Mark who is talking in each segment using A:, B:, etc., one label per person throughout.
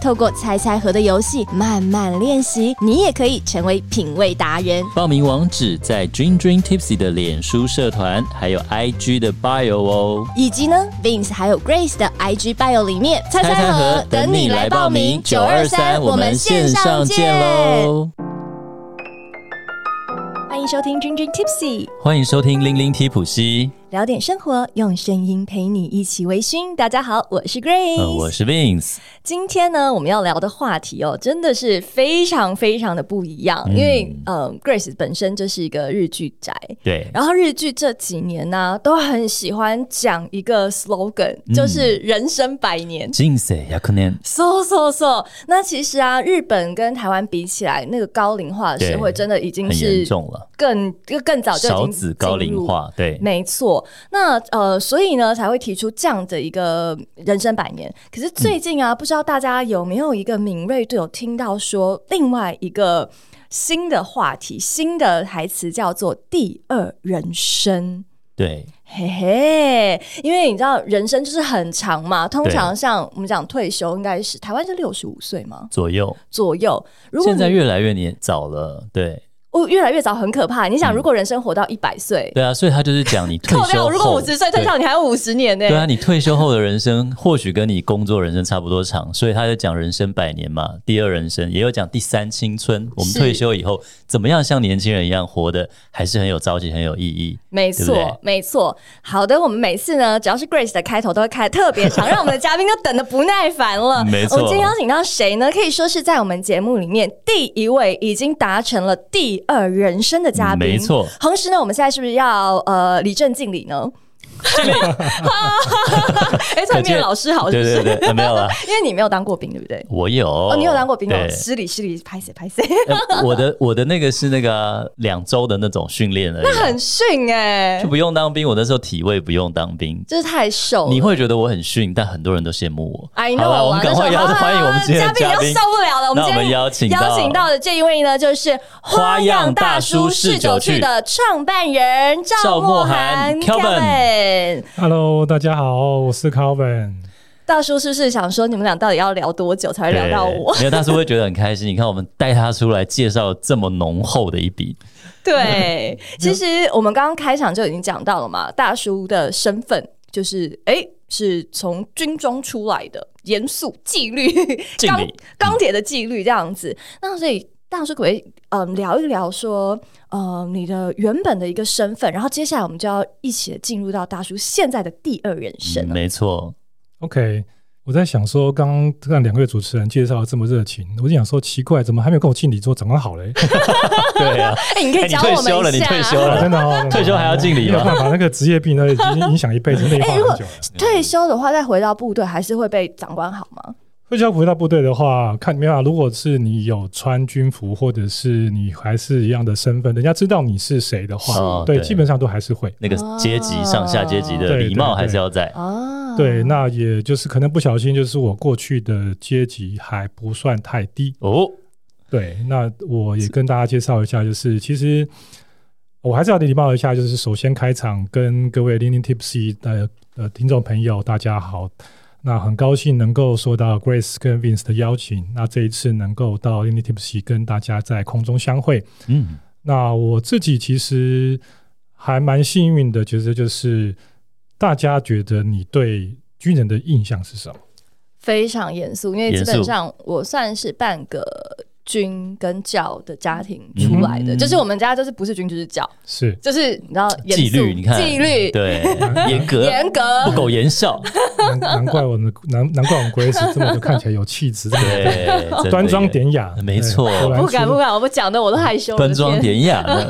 A: 透过猜猜盒的游戏慢慢练习，你也可以成为品味达人。
B: 报名网址在 Dream Dream Tipsy 的脸书社团，还有 IG 的 bio 哦。
A: 以及呢，Vince 还有 Grace 的 IG bio 里面，猜
B: 猜猜盒等你来报名，九二三我们线上见！喽！
A: 欢迎收听君君 Tipsy，
B: 欢迎收听零零提普西，
A: 聊点生活，用声音陪你一起微醺。大家好，我是 Grace，、
B: 呃，我是 Vince。
A: 今天呢，我们要聊的话题哦，真的是非常非常的不一
B: 嗯
A: 样，因为呃，Grace 本身就是一个日剧宅，
B: 对，
A: 然后日剧这几年呢、都很喜欢讲一个 slogan，、就是
B: 嗯
A: 人生百年。
B: 人生100年。
A: so so so，那其实啊，日本跟台湾比起来，那个高龄化的社会
B: 对
A: 真的已经
B: 很严
A: 是
B: 重了，
A: 更更早就已经
B: 少子高
A: 进
B: 龄
A: 入
B: 化，对，
A: 没错，那呃，所以呢才会提出这样的一个人生百年。可是最近啊，不知道大家有没有一个敏锐度有听到说另外一个新的话题、新的台词叫做“第二人生”。
B: 对，
A: 嘿嘿，因为你知道人生就是很长嘛，通常像我们讲退休，应该是台湾是六十五岁嘛
B: 左右。
A: 左右。如果
B: 现在
A: 你
B: 越来越年早了，对，
A: 哦越来越早，很可怕。你想，如果人生活到一百岁，
B: 对啊，所以他就 是讲你退
A: 扣
B: 休
A: 掉
B: 后，
A: 啊如果五十岁退
B: 对
A: 休，你还有五十年呢、
B: 对啊，你退休后的人生或许跟你工作人生差不多长，所以他就讲人生百年嘛，第二人生，也有讲第三青春。我们
A: 是
B: 退休以后怎么样像年轻人一样活的，还是很有朝气，很有意义。
A: 没
B: 对
A: 错，
B: 不对
A: 没错。好的，我们每次呢，只要是 Grace 的开头，都会开得特别长，让我们的嘉宾都等的不耐烦了。
B: 没错
A: 我们今天邀请到谁呢？可以说是在我们节目里面第一位已经达成了第二人生的嘉宾。
B: 没错
A: 同时呢，我们现在是不是要呃理正敬礼呢？ 哎，突然变老师好是
B: 对
A: 不是？
B: 对对，啊没有啦，
A: 因为你没有当过兵，对不对？
B: 我有，
A: 哦，你有当过兵哦，
B: 对，
A: 失礼失礼，拍谁拍谁，
B: 呃我的我的那个是那个啊两周的那种训练而已啊，
A: 很逊哎、
B: 就不用当兵。我那时候体位不用当兵，
A: 就是太瘦了。
B: 你会觉得我很逊，但很多人都羡慕我。
A: 哦 I know，
B: 好了，我
A: 啊
B: 们赶
A: 那
B: 快
A: 时候
B: 邀
A: 啊
B: 欢迎我们今天的
A: 嘉
B: 嘉
A: 宾
B: 宾
A: 都。受不了了。我们
B: 那
A: 今天
B: 我们邀请
A: 邀
B: 到
A: 请到的这一位呢，就是花样大叔侍酒区的创办人赵默涵
B: 赵默涵
A: Kevin。
C: Hello，大家好，我是 Calvin。
A: 大叔是不是想说你们俩到底要聊多久才会聊到我？
B: 对没有，大叔会觉得很开心。你看，我们带他出来介绍这么浓厚的一笔，
A: 对，其实我们刚刚开场就已经讲到了嘛，大叔的身份就是哎。是从军中出来的，严肃、纪律、
B: 敬
A: 钢
B: 礼
A: 钢铁的纪律这样子。那所以大叔可不可以嗯聊一聊说，呃，你的原本的一个身份，然后接下来我们就要一起进入到大叔现在的第二人生
B: 嗯
A: 了。
B: 没错，
C: OK，我在想说，刚刚让两位主持人介绍得这么热情，我就想说，奇怪，怎么还没有跟我敬礼做长官好 嘞？
B: 对啊，
A: 哎、你可以
B: 哎你
A: 教
B: 退
A: 我
B: 休了，
A: 们一
B: 你
A: 下。
B: 退休
C: 啊
B: 了
C: 真。的哦，真的哦
B: 退休还要敬礼
C: 没有
B: 吗
C: 办法，那个职业病呢，已经影响一辈子，内化很久了。
A: 退休的话，再回到部队还是会被长官好吗？
C: 退休回到部队的话，看没有、啊，如果是你有穿军服，或者是你还是一样的身份，人家知道你是谁的
B: 哦
C: 话，
B: 对
C: 对，基本上都还是会。
B: 那个阶级上下阶级的
C: 对
B: 礼貌还是要在，
A: 啊，
C: 对，那也就是可能不小心，就是我过去的阶级还不算太低，
B: 哦，
C: 对，那我也跟大家介绍一下，就是其实我还是要礼貌一下，就是首先开场跟各位 l i n i n Tipsy 的呃听众朋友大家好，那很高兴能够受到 Grace 跟 Vince 的邀请，那这一次能够到 l i n i n Tipsy 跟大家在空中相会。
B: 嗯，
C: 那我自己其实还蛮幸运的，其实就是大家觉得你对军人的印象是什么？
A: 非常严肃，因为基
B: 严肃
A: 本上我算是半个军跟教的家庭出来的，
B: 嗯
A: 就是我们家就是不是军就是教，
C: 是
A: 就是你知道严
B: 纪律，
A: 肃
B: 你看
A: 纪律
B: 对，严格，
A: 严格，
B: 不苟言笑，
C: 难难怪我们难难怪我们 Grace 这么的看起来有气质，这么
B: 对，真的
C: 端庄
B: 耶
C: 典雅，哎
B: 没错
C: 对果然
A: 不敢
C: 出
A: 不敢，我不讲的我都害羞了。
B: 端庄
A: 天
B: 典雅的，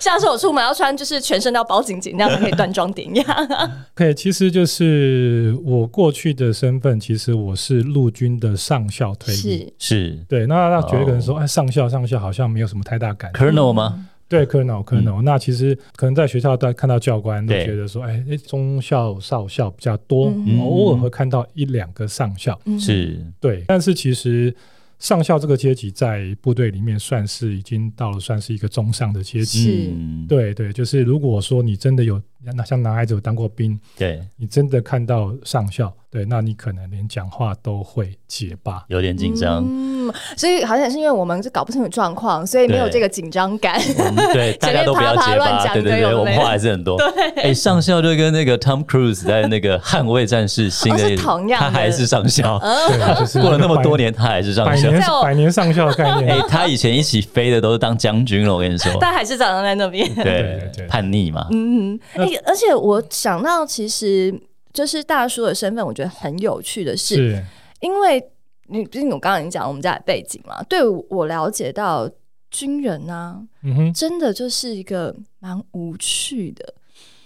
A: 下次我出门要穿就是全身都要包紧紧，那样才可以端庄典雅。
C: OK，其实就是我过去的身份，其实我是陆军的上校退役。
A: 是
B: 是
C: 对，那那觉得可能
B: 哦
C: 说，哎，上校上校好像没有什么太大感觉。
B: Colonel 吗？
C: 对，colonel 哦 colonel，、那其实可能在学校大看到教官都
B: 对
C: 觉得说，哎，哎中校少校比较多，
A: 嗯
C: 偶尔会看到一两个上校。
B: 是
C: 对，但是其实上校这个阶级在部队里面算是已经到了算是一个中上的阶级。
A: 是
B: 嗯
C: 对对，就是如果说你真的有，那像男孩子有当过兵，
B: 对，
C: 你真的看到上校，对，那你可能连讲话都会结巴。
B: 有点紧张。
A: 嗯，所以好像是因为我们是搞不清楚状况，所以没有
B: 对
A: 这个紧张感。
B: 我们 对，大家都不要
A: 前
B: 结
A: 面嗯啪啪乱
B: 巴，
A: 讲
B: 对对
A: 对有
B: 对，
A: 的
B: 我们
A: 没的
B: 话还是很多。哎，上校就跟那个 Tom Cruise 在那个《捍卫战士》新
A: 哦
B: 的
A: 是，同样的
B: 他还是上校，
C: 对，就 是
B: 过了那么多
C: 年，
B: 年，他还是上
C: 嗯百
B: 校。
C: 年
A: 在我
C: 百年上校的 概
B: 哎
C: 念，，
B: 他以前一起飞的都是当将军了，我跟你说。
A: 但还是长在那边。
C: 对对对
B: 叛逆嘛，
A: 嗯，
C: 那
A: 哎、而且我想到，其实就是大叔的身份，我觉得很有趣的是，
C: 是
A: 因为你毕竟我刚刚已经讲我们家的背景嘛，对我了解到军人啊，
C: 嗯哼，
A: 真的就是一个蛮无趣的。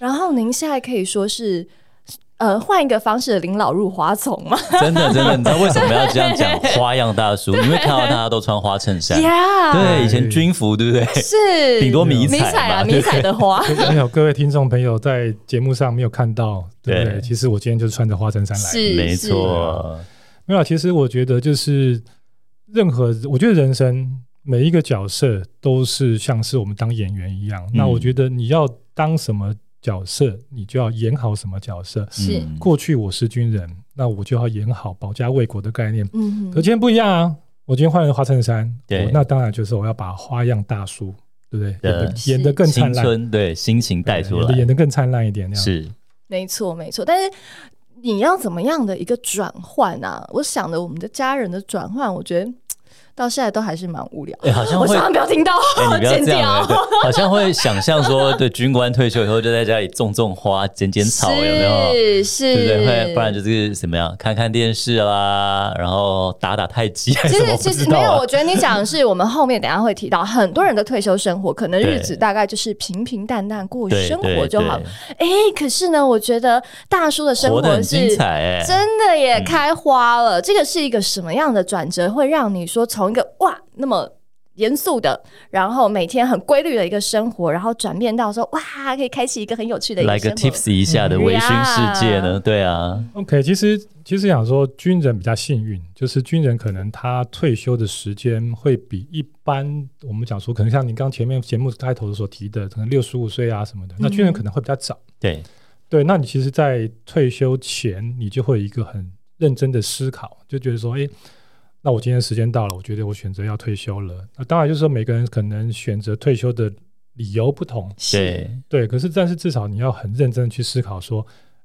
A: 然后您现在可以说是，呃，换一个方式的领老入华丛 嘛
B: 真的真的，你知道为什么要这样讲花样大叔？因为看到大家都穿花衬衫，
A: ，Yeah，
B: 对，以前军服，对不对？
A: 是
B: 顶多迷
A: 迷
B: 彩
A: 彩
B: 嘛
A: 啊，
B: 对
A: 迷彩的花。
C: 没有各位听众朋友在节目上没有看到，对不
B: 对
C: 对？其实我今天就是穿着花衬衫来的，
A: 是
B: 没
A: 是
B: 错，
C: 没有啊。其实我觉得就是任何，我觉得人生每一个角色都是像是我们当演员一样。
B: 嗯
C: 那我觉得你要当什么角色，你就要演好什么角色。
A: 是
B: 嗯
C: 过去我是军人，那我就要演好保家卫国的概念。
A: 嗯
C: 可今天不一样啊，我今天换了花衬衫，
B: 对
C: 我那当然就是我要把花样大叔，对不对？
B: 对
C: 演得演得更
B: 青
C: 灿烂，
B: 春对心情带出
C: 演得演
B: 来，
C: 得更灿烂一点那样。
B: 是
A: 没错，没错。但是你要怎么样的一个转换啊？我想的我们的家人的转换，我觉得到现在都还是蛮无聊。
B: 哎，好像
A: 我
B: 会
A: 千。万不要听到
B: 哎，你，不要
A: 剪
B: 这样、
A: 掉
B: 哎。对好像会想象说，对军官退休以后就在家里种种花、剪剪草，有没有？
A: 是是，
B: 对不对？会不然就是怎么样，看看电视啦，然后打打太极还
A: 其
B: 是什
A: 实
B: 么不
A: 其
B: 知
A: 实没有，
B: 道啊
A: 我？觉得你讲的是我们后面等一下会提到，很多人的退休生活可能日子
B: 对
A: 大概就是平平淡淡过
B: 对
A: 生活
B: 对
A: 就好
B: 对。
A: 哎，可是呢，我觉得大叔的生
B: 活得
A: 活
B: 很精
A: 是。
B: 彩哎、
A: 真的也开花了，这个是一个什么样的转折，会让你说从一个哇那么严肃的，然后每天很规律的一个生活，然后转变到说哇可以开启一个很有趣的一
B: 来
A: 个
B: 个
A: 生活。
B: tips 一下的微醺世界呢？对啊，
C: OK，其实其实想说，军人比较幸运，就是军人可能他退休的时间会比一般我们讲说，可能像您刚前面节目开头所提的，可能六十五岁啊什么的，那军人可能会比较早。
B: 对，
C: 对，那你其实，在退休前，你就会有一个很认真的思考，就觉得说，诶，那我今天时间到了，我觉得我选择要退休了。那当然就是说，每个人可能选择退休的理由不同，
B: 对，
C: 对，可是但是至少你要很认真的去思考说，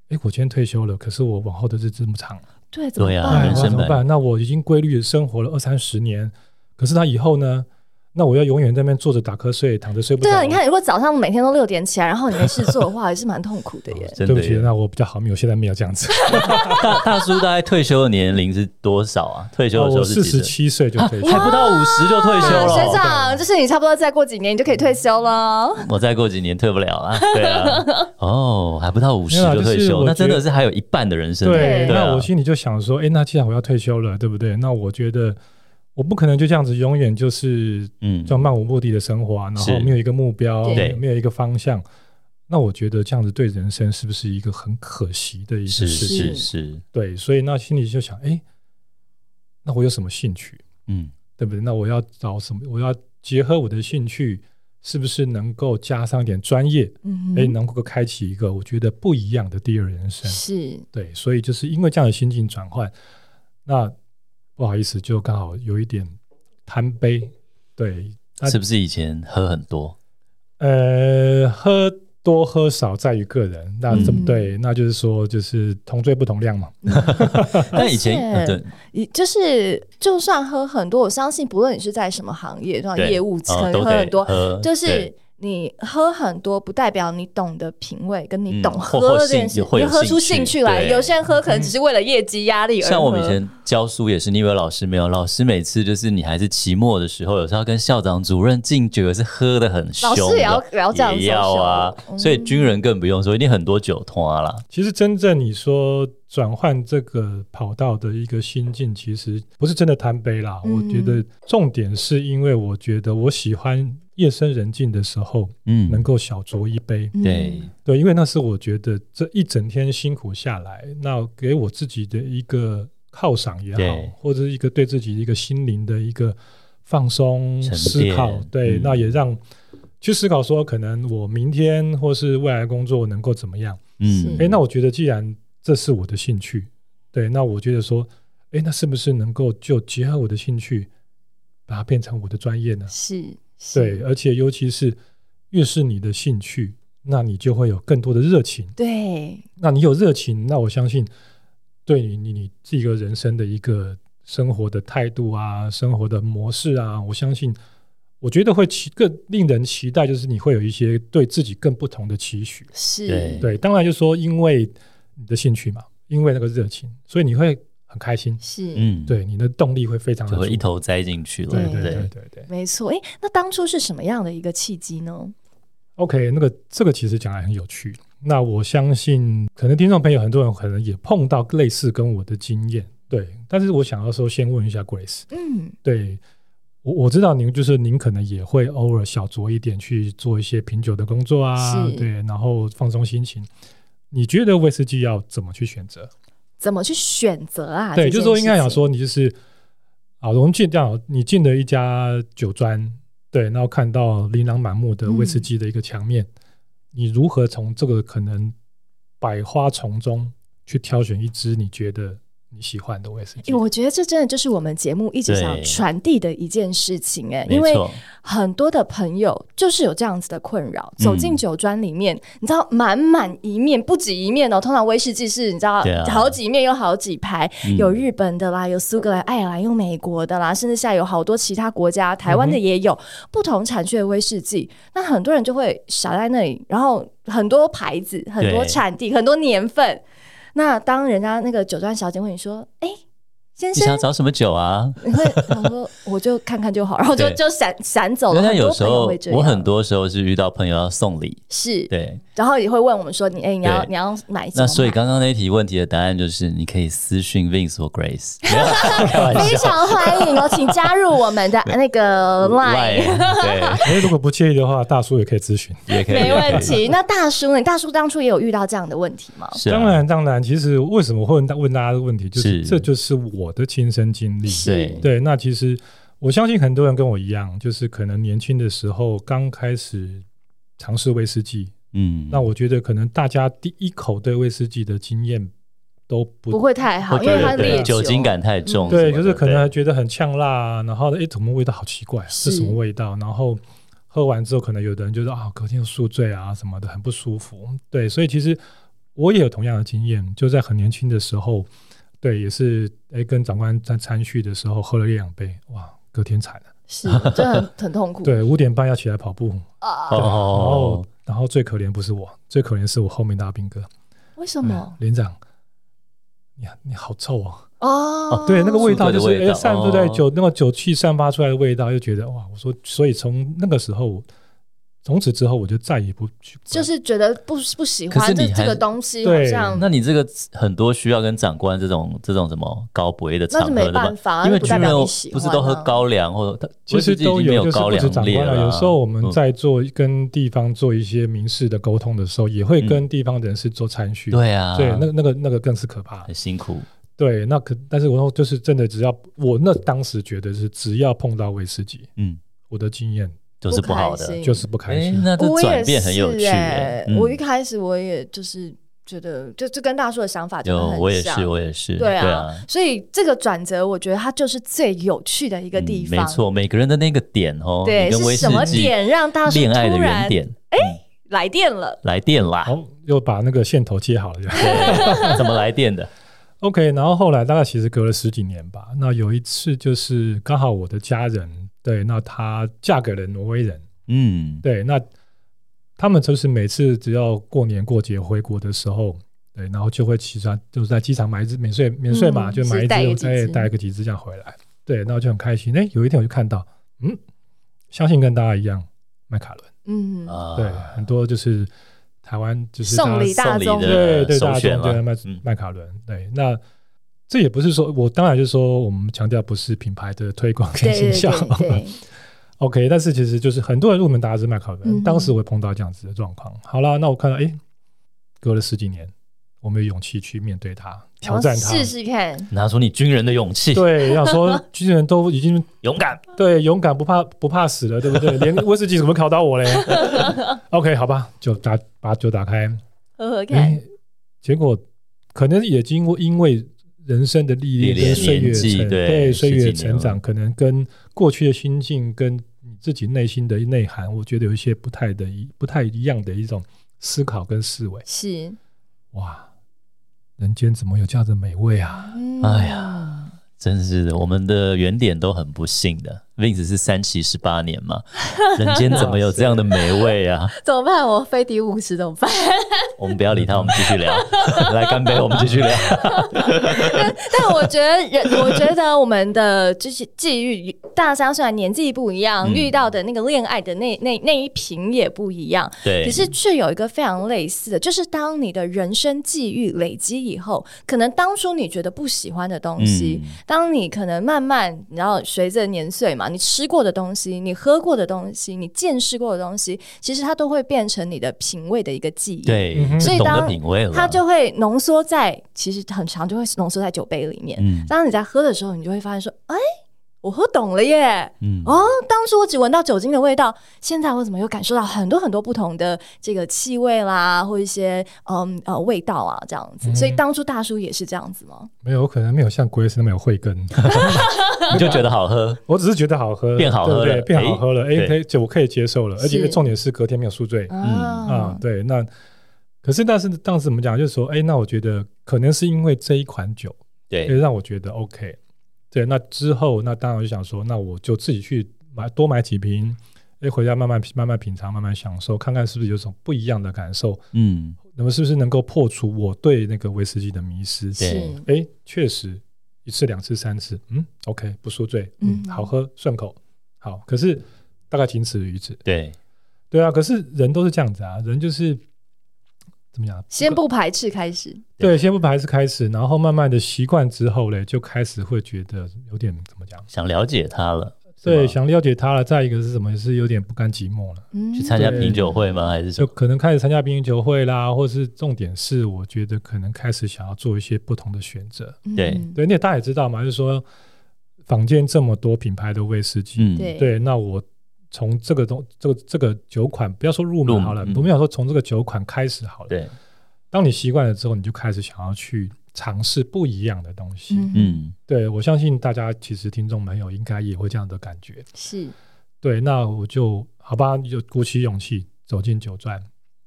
C: 诶，我今天退休了，可是我往后的日子这么长，
A: 对，怎么
B: 对啊
A: 办
C: 哎
B: 人
C: 那
B: 生
C: 怎么
B: 本来
C: 办？那我已经规律的生活了二三十年，可是那以后呢？那我要永远在那边坐着打瞌睡，躺着睡不 着。
A: 对啊，你看，如果早上每天都六点起来，然后你没事做的话，还是蛮痛苦的耶。
B: 真
C: 对
B: 的
C: 不起，
B: 耶。
C: 那我比较好命，我现在没有 这样子。
B: 大大叔大概退休的年龄是多少啊？退休
C: 哦
B: 的时
C: 我
B: 候
C: 四
B: 是
C: 十
B: 几岁？
C: 七岁就退休
B: 还
C: 了，
B: 不到五十就退休
A: 啊
B: 了
A: 学
B: 哦。
A: 长，就是你差不多再过几年你就可以退休了。
B: 我再过几年退不了啊。对啊， 哦，还不到五十
C: 没有啊
B: 就退
C: 就是
B: 休，
C: 我
B: 那真
C: 觉
B: 的
C: 得
B: 是还有一半的人生。
C: 对，
B: 对
C: 那
B: 啊
C: 我心里就想说，哎，那既然我要退休了，对不对？那我觉得我不可能就这样子永远就是
B: 嗯
C: 这，样漫无目的的生活啊，然
B: 是
C: 后没有一个目标，
A: 对
C: 没有没有一个方向。那我觉得这样子对人生是不是一个很可惜的一
B: 是
C: 件事情？
B: 是是，
C: 对，所以那心里就想，哎，那我有什么兴趣，
B: 嗯，
C: 对不对？那我要找什么？我要结合我的兴趣，是不是能够加上一点专业？
A: 嗯
C: 哎，
A: 哼，
C: 能够开启一个我觉得不一样的第二人生。
A: 是
C: 对，所以就是因为这样的心境转换，那不好意思，就刚好有一点贪杯。对，那
B: 是不是以前喝很多？
C: 呃，喝多喝少在于个人，那这么
A: 嗯
C: 对，那就是说就是同醉不同量嘛。
B: 但以前呃
A: 而且
B: 对
A: 你就是就算喝很多，我相信不论你是在什么行业，像
B: 对
A: 哦业务可
B: 呃
A: 能
B: 都
A: 喝
B: 得
A: 很多，
B: 喝
A: 就是
B: 对
A: 你喝很多，不代表你懂得品味，跟你懂
B: 嗯或
A: 喝
B: 或
A: 这件事，
B: 兴会
A: 你
B: 有
A: 喝出
B: 兴
A: 兴
B: 趣
A: 趣来。
B: 对
A: 有些人喝可能只是为了业绩压力而喝。
B: 像我们以前教书也是，你以为老师没有？老师每次就是你还是期末的时候，有时候要跟校长、主任敬酒也是喝的很凶的，
A: 老师也要也要这样
B: 也要啊。
A: social，嗯
B: 所以军人更不用说，一定很多酒托啊啦。
C: 其实真正你说转换这个跑道的一个心境，其实不是真的贪杯啦。
A: 嗯
C: 我觉得重点是因为我觉得我喜欢夜深人静的时候
B: 嗯，
C: 能够小酌一杯，
A: 嗯
B: 对，
C: 对，因为那是我觉得这一整天辛苦下来，那给我自己的一个犒赏也好
B: 对，
C: 或者一个对自己一个心灵的一个放松
B: 沉
C: 思
B: 淀
C: 考，对，
B: 嗯
C: 那也让去思考说，可能我明天或是未来工作能够怎么样。
B: 嗯，
C: 诶，那我觉得既然这是我的兴趣，对，那我觉得说，诶，那是不是能够就结合我的兴趣，把它变成我的专业呢？
A: 是，是
C: 对，而且尤其是越是你的兴趣，那你就会有更多的热情。
A: 对，
C: 那你有热情，那我相信对你你你自己的人生的一个生活的态度啊，生活的模式啊，我相信，我觉得会期更令人期待，就是你会有一些对自己更不同的期许。
A: 是
B: 对，
C: 对，当然就说因为你的兴趣嘛，因为那个热情，所以你会很开心，
A: 是，
B: 嗯，，
C: 对，你的动力会非常的
B: 就会
C: 足
B: 一。头栽进去了，
C: 对
B: 不
C: 对对对对。
A: 没错。哎，那当初是什么样的一个契机呢？
C: OK，那个这个其实讲来很有趣。那我相信，可能听众朋友很多人可能也碰到类似跟我的经验，对。但是我想要说，先问一下 Grace，
A: 嗯，
C: 对我我知道您就是您可能也会偶尔小酌一点去做一些品酒的工作啊，
A: 是
C: 对，然后放松心情。你觉得威士忌要怎么去选择？
A: 怎么去选择啊？
C: 对，
A: 这
C: 就是
A: 件
C: 说应该
A: 事
C: 想
A: 情，
C: 说你就是啊，我们进到你进了一家酒庄，对，然后看到琳琅满目的
A: 嗯
C: 威士忌的一个墙面，你如何从这个可能百花丛中去挑选一支你觉得你喜欢的威士 忌
A: 诶？我觉得这真的就是我们节目一直想
B: 对
A: 传递的一件事情，哎，
B: 没
A: 因为
B: 错，
A: 很多的朋友就是有这样子的困扰，
B: 嗯
A: 走进酒庄里面，你知道满满一面不止一面哦，通常威士忌是你知道、
B: 对啊
A: 好几面有好几排，
B: 嗯
A: 有日本的啦，有苏格兰、爱尔兰，有美国的啦，甚至现在有好多其他国家，台
B: 嗯
A: 湾的也有、不同产区的威士忌。那很多人就会傻在那里，然后很多牌子、很多
B: 对
A: 产地、很多年份。那当人家那个酒庄小姐问你说：“哎、先
B: 你想
A: 生
B: 要，找什么酒啊？
A: 你会 想说，我就看看就好，然后就
B: 对
A: 就闪闪走了。
B: 因为
A: 很多
B: 有时
A: 朋友
B: 候
A: 会这
B: 我
A: 样
B: 很多时候是遇到朋友要送礼，
A: 是，
B: 对，
A: 然后也会问我们说你，哎，你要
B: 对
A: 你要买什么？
B: 那所以刚刚那一题问题的答案就是，你可以私讯 Vince 或 Grace，没有啦开玩
A: 非
B: 笑
A: 常欢迎哦，请加入我们 的那个 line。
B: Line，
C: 因为如果不介意的话，大叔也可以咨询。
B: 对，也可以，
A: 没
B: 也可以
A: 问。 题。那大叔呢？你大叔当初也有遇到这样的问题吗？
B: 是啊
C: 当，然，当然，其实为什么会问大问大家的问题，就
B: 是
C: 是这就是我的亲身经历。
B: 对
C: 对，那其实我相信很多人跟我一样，就是可能年轻的时候刚开始尝试威士忌，
B: 嗯，
C: 那我觉得可能大家第一口对威士忌的经验都不
A: 不会太好，
B: 会
A: 因
B: 觉
A: 为它
B: 得
A: 烈
B: 对
A: 酒嗯
B: 酒精。感太重什么的，
C: 对，就是可能还觉得很呛辣、啊，然后哎，诶怎么味道好奇怪，
A: 是
C: 是什么味道？然后喝完之后，可能有的人觉得啊，隔天又宿醉啊什么的，很不舒服。对，所以其实我也有同样的经验，就在很年轻的时候，对，也是哎跟长官在餐叙的时候喝了一两杯，哇，隔天惨了。
A: 是，就很很痛苦。
C: 对，五点半要起来跑步，
A: 啊
B: 对，
C: 对然
B: 哦
C: 后，然后最可怜不是我，最可怜是我后面的阿兵哥。
A: 为什么？
C: 嗯连长，你你好臭哦！
A: 哦，
C: 对，那个味道
B: 宿醉的味
C: 就是
B: 道
C: 哎散布在
B: 哦
C: 酒、那个酒气散发出来的味道，就觉得哇！我说，所以从那个时候，从此之后我就再也不去，
A: 就是觉得不不喜
B: 可是
A: 欢这
B: 你还
A: 这个东西，好
C: 对
A: 像
B: 那你这个很多需要跟长官这种这种什么高博的
A: 那
B: 场合
A: 是
B: 的
A: 没
B: 吧
A: 办法，
B: 因为
A: 那不
B: 军
A: 代
B: 人
A: 表你喜
B: 不
A: 欢啊
B: 是都喝高粱或者
C: 其实都
B: 没
C: 有，就是
B: 高
C: 不止
B: 粱
C: 长
B: 烈
C: 官啊
B: 啦
C: 有时候我们
B: 嗯
C: 在做跟地方做一些民事的沟通的时候，也会跟地方人士做参叙。
B: 嗯对啊，哎
C: 对，那那个那个更是可怕。
B: 很辛苦，
C: 对，那可但是我说就是真的，只要我那当时觉得是只要碰到威士忌，
B: 嗯，
C: 我的经验
B: 都是不好
A: 不开
B: 的
A: 心。
C: 就是不开
B: 哎
C: 心。，
B: 那这
A: 我
B: 转
A: 也
B: 变
A: 是
B: 很有趣
A: 哎
B: 耶。嗯
A: 我一开始我也就是觉得，就就跟大叔的想法就
B: 有
A: 很
B: 我也
A: 像
B: 是，我也是，
A: 对啊
B: 啊，
A: 所以这个转折，我觉得它就是最有趣的一个地
B: 嗯
A: 方。
B: 没错，每个人的那个点哦，
A: 对，
B: 你跟威
A: 是
B: 士
A: 什么
B: 忌
A: 点让大叔
B: 恋爱的
A: 突
B: 原
A: 然
B: 点，嗯
A: 来电了，
B: 来电啦，
C: 好，哦又把那个线头接好了。这样
B: 对 怎么来电的？
C: OK，然后后来大概其实隔了十几年吧。那有一次就是刚好我的家人，对，那她嫁给了挪威人，
B: 嗯，
C: 对，那他们就是每次只要过年过节回国的时候，对，然后就会骑上，就是在机场买一只免税免税嘛，
A: 嗯
C: 就买一
D: 是带一个
C: 只，
D: 几
C: 哎，
D: 只
C: 带个几只这样回来，对，那我就很开心。哎，有一天我就看到，嗯，相信跟大家一样，迈凯伦，
A: 嗯，
B: 啊
C: 对，很多就是台湾就是大家
D: 送礼大
B: 送礼
D: 宗，
C: 对
B: 的
C: 对，
B: 首
C: 大
B: 选
C: 众对
B: 了，
C: 麦
B: 嗯
C: 麦卡伦，对，那这也不是说我当然就是说我们强调不是品牌的推广跟
D: 对
C: 形
D: 对
C: 象
D: 对对，
C: ，OK，但是其实就是很多人入门打的是麦卡
A: 嗯
C: 伦，
A: 哼
C: 当时我也碰到这样子的状况。好啦，那我看到诶，隔了十几年，我们有勇气去面对它，挑战它，
D: 哦试试看。
B: 拿出你军人的勇气，
C: 对，要 说军人都已经
B: 勇敢，
C: 对勇敢不怕不怕死了，对不对？连威士忌怎么考倒我嘞 ？OK，好吧，就打把酒打开，
A: 喝喝看，
C: 哎，结果可能也经过因为人生的历练
B: 历练
C: 跟岁月
B: 年纪
C: 成
B: 对嗯
C: 对
B: 十
C: 岁
B: 几
C: 月
B: 年
C: 成长，
B: 了
C: 可能跟过去的心境跟你自己内心的内涵，我觉得有一些不太的一不太一样的一种思考跟思维。
A: 是，
C: 哇，人间怎么有这样的美味啊？
A: 嗯
B: 哎呀，真是的，我们的原点都很不幸的。Vince 是三期十八年 嘛，人间怎么有这样的美味啊？
D: 怎么办？我飞抵五十怎么办？
B: 我们不要理他，我们继续聊，来干杯，我们继续聊。
A: 但我觉得人，我觉得我们的就是际遇，大家虽然年纪不一样，
B: 嗯
A: 遇到的那个恋爱的那那那一瓶也不一样，
B: 对，嗯
A: 可是却有一个非常类似的，就是当你的人生际遇累积以后，可能当初你觉得不喜欢的东西，
B: 嗯
A: 当你可能慢慢，然后随着年岁嘛，你吃过的东西，你喝过的东西，你见识过的东西，其实它都会变成你的品味的一个记忆。
B: 对
C: 嗯，哼
A: 所以
B: 懂得
A: 当
B: 品味了，
A: 它就会浓缩在，其实很长就会浓缩在酒杯里面。
B: 嗯
A: 当你在喝的时候，你就会发现说，哎、我喝懂了耶！
B: 嗯
A: 哦，当初我只闻到酒精的味道，现在我怎么又感受到很多很多不同的这个气味啦，或一些嗯呃味道啊这样子。
C: 嗯
A: 所以当初大叔也是这样子吗？
C: 没有，我可能没有像 Grace 那么有慧 根，
B: 你就觉得好喝，
C: 我只是觉得好喝，
B: 变好喝
C: 对不
B: 了
C: 对变好喝了，
B: 哎
C: 哎，可以，我可以接受了，而且
A: 是
C: 重点是隔天没有宿醉。啊
A: 啊，，
C: 对，那可是但是当时怎么讲，就是说，哎，那我觉得可能是因为这一款酒，
B: 对
C: 哎，，让我觉得 OK。对，那之后，那当然我就想说，那我就自己去买多买几瓶，哎，回家慢慢品慢慢品尝，慢慢享受，看看是不是有种不一样的感受，
B: 嗯，
C: 那么是不是能够破除我对那个威士忌的迷失？
B: 对
A: 是
C: 哎，确实一次、两次、三次，嗯，OK，不宿醉，嗯，
A: 嗯
C: 好喝，顺口，好。可是大概仅此于此。
B: 对，
C: 对啊，可是人都是这样子啊，人就是怎么讲？啊
D: 先不排斥开始，
C: 对，先不排斥开始，然后慢慢的习惯之后嘞，就开始会觉得有点怎么讲？
B: 想了解他了，是
C: 对，
B: 吗
C: 想了解他了。再一个是什么？是有点不甘寂寞了，
A: 嗯
B: 去参加
C: 对
B: 品酒会吗？还是什
C: 就
B: 么？
C: 可能开始参加冰球会啦，或是重点是，我觉得可能开始想要做一些不同的选择。
B: 对
A: 嗯
C: 对，那大家也知道嘛，就是说坊间这么多品牌的威士忌，
B: 嗯，
D: 对
C: 对，那我从这个东这个这个酒款，不要说入
B: 入
C: 门
B: 门
C: 好了，
B: 嗯
C: 我们想说从这个酒款开始好了。
B: 对，
C: 当你习惯了之后，你就开始想要去尝试不一样的东西。
A: 嗯
B: 嗯，
C: 对我相信大家其实听众朋友应该也会这样的感觉。
B: 嗯
D: 是
C: 对，那我就好吧，就鼓起勇气走进酒庄。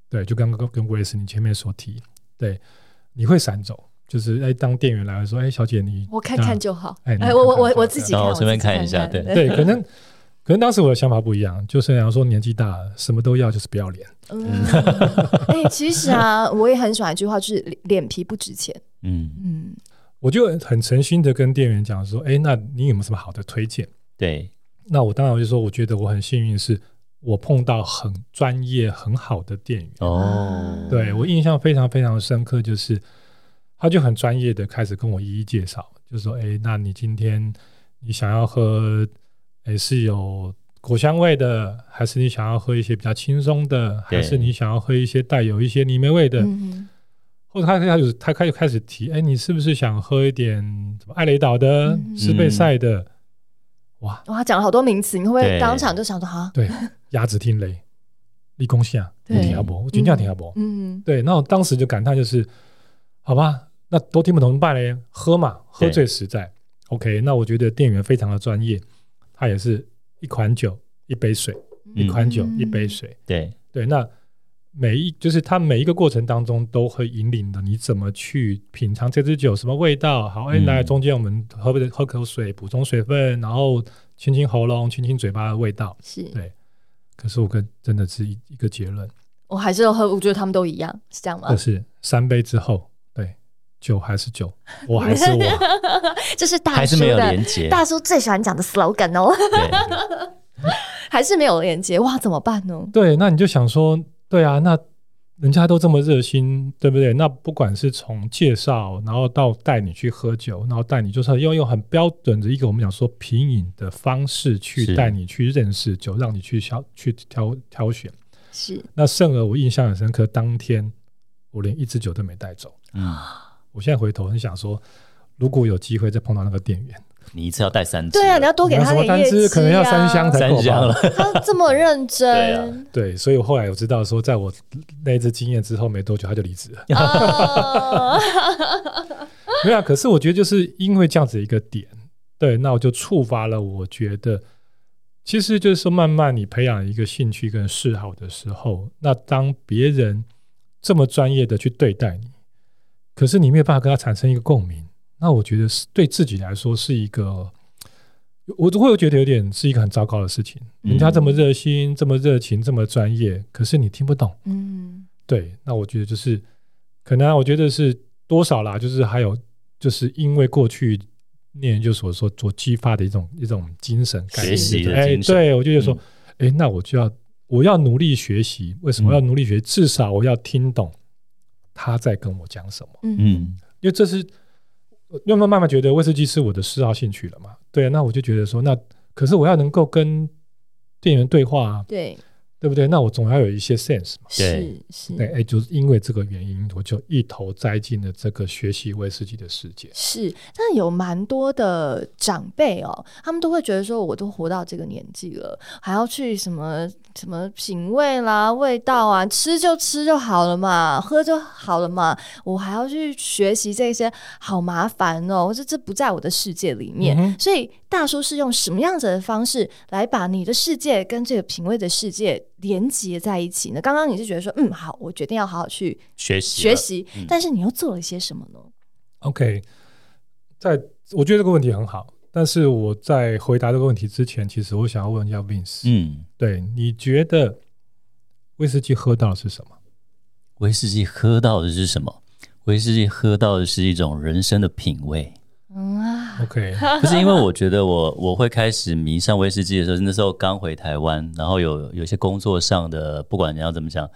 C: 对，就刚刚跟 Grace 你前面所提，对，你会闪走，就是哎，当店员来了说，哎，小姐你
D: 我看
C: 那
D: 看就好。
C: 哎你
D: 哎，
C: 看
D: 我我
C: 看
D: 我
C: 看
D: 我自己
B: 然
D: 看，
B: 后我顺便
D: 自己
B: 看一下对
C: 对，可能可能当时我的想法不一样，就是想说年纪大了，什么都要就是不要脸。
A: 嗯，哎、其实啊，我也很喜欢一句话，就是脸脸皮不值钱。
B: 嗯，
A: 嗯，
C: 我就很诚心的跟店员讲说，哎，那你有没有什么好的推荐？
B: 对，
C: 那我当然就说，我觉得我很幸运，是我碰到很专业、很好的店员。
A: 啊
B: 哦，
C: 对我印象非常非常深刻，就是他就很专业的开始跟我一一介绍，就说：“哎，那你今天你想要喝，哎是有果香味的，还是你想要喝一些比较轻松的，还是
B: 对
C: 你想要喝一些带有一些泥煤味的？”
A: 嗯
C: 或者他他有他开始开始提，哎，你是不是想喝一点什么艾雷岛的、
A: 嗯
C: 斯贝塞的？哇，
A: 哇，他讲了好多名词，你会不会
B: 对
A: 当场就想说啊？
C: 对，鸭子听雷，立功下，
A: 对
C: 挺阿伯，我真正挺阿伯。
A: 嗯，
C: 对，那我当时就感叹就是，好吧，那都听不懂怎么办嘞？喝嘛，喝
B: 对
C: 最实在。OK，那我觉得店员非常的专业，他也是一款酒一杯水，一
B: 嗯
C: 款酒
A: 嗯
C: 一杯水。
B: 对，
C: 对，那每一就是它每一个过程当中都会引领的，你怎么去品尝这支酒什么味道？好，哎、
B: 嗯
C: 来中间我们喝不喝口水，补充水分，然后清清喉咙，清清嘴巴的味道。
A: 是
C: 对可是我跟真的是一一个结论，
A: 我还是有喝，我觉得他们都一样，是这样吗
C: 就？是三杯之后，对，酒还是酒，我 还是我，
A: 这是大
B: 还是
A: 叔
B: 没有
A: 的
B: 连接。
A: 大叔最喜欢讲的 slogan 哦，
B: 对，
A: 还是没有连接哇？怎么办呢？
C: 对，那你就想说，对啊，那人家都这么热心，对不对？那不管是从介绍，然后到带你去喝酒，然后带你就是用用很标准的一个我们讲说品饮的方式
B: 是
C: 去带你去认识酒，让你去挑去挑挑选。
A: 是
C: 那甚而我印象很深刻，当天我连一支酒都没带走。
B: 嗯，
C: 我现在回头很想说，如果有机会再碰到那个店员，
B: 你一次要带三支，
A: 对啊，你要多给
C: 那
A: 他
C: 什么
A: 点
C: 单
A: 业绩
C: 支
A: 啊，
C: 可能要三箱才够
B: 三箱
C: 吧
B: 了。。
A: 他这么认真
C: 对，所以我后来我知道说，在我那一次经验之后没多久，他就离职了。
A: 啊，
C: 没有、啊，可是我觉得就是因为这样子一个点，对，那我就触发了，我觉得其实就是说，慢慢你培养一个兴趣跟嗜好的时候，那当别人这么专业的去对待你，可是你没有办法跟他产生一个共鸣，那我觉得是对自己来说是一个。我都会觉得有点是一个很糟糕的事情。
B: 嗯
C: 人家这么热心、这么热情、这么专业，可是你听不懂，
A: 嗯，
C: 对，那我觉得就是可能啊、我觉得是多少啦，就是还有就是因为过去念研究所所所激发的一种一种精神概念，
B: 学习的
C: 就是哎，
B: 精神嗯
C: 对我就觉得说，哎、那我就要我要努力学习，为什么
B: 嗯
C: 要努力学习？至少我要听懂他在跟我讲什么，
B: 嗯，
C: 因为这是慢慢慢慢觉得威士忌是我的嗜好兴趣了嘛，对、啊，那我就觉得说，那可是我要能够跟店员对话、啊，
A: 对，
C: 对不对？那我总要有一些 sense 嘛。
B: 对
A: 是是
C: 对，哎，就是因为这个原因，我就一头栽进了这个学习威士忌的世界。
A: 是，但有蛮多的长辈哦，他们都会觉得说，我都活到这个年纪了，还要去什么什么品味啦、味道啊，吃就吃就好了嘛，喝就好了嘛，我还要去学习这些，好麻烦哦，这这不在我的世界里面。
C: 嗯哼
A: 所以大叔是用什么样子的方式来把你的世界跟这个品味的世界连接在一起呢？刚刚你是觉得说，嗯，好，我决定要好好去
B: 学习
A: 学
B: 了，
A: 习，
B: 嗯
A: 但是你又做了一些什么呢？
C: OK，在我觉得这个问题很好，但是我在回答这个问题之前，其实我想要问一下 Vince，、
B: 嗯，
C: 对，你觉得威士忌喝到的是什么？
B: 威士忌喝到的是什么？威士忌喝到的是一种人生的品味。
A: 嗯啊，
C: OK，
B: 不是因为我觉得我我会开始迷上威士忌的时候，那时候刚回台湾，然后有有一些工作上的，不管你要怎么讲，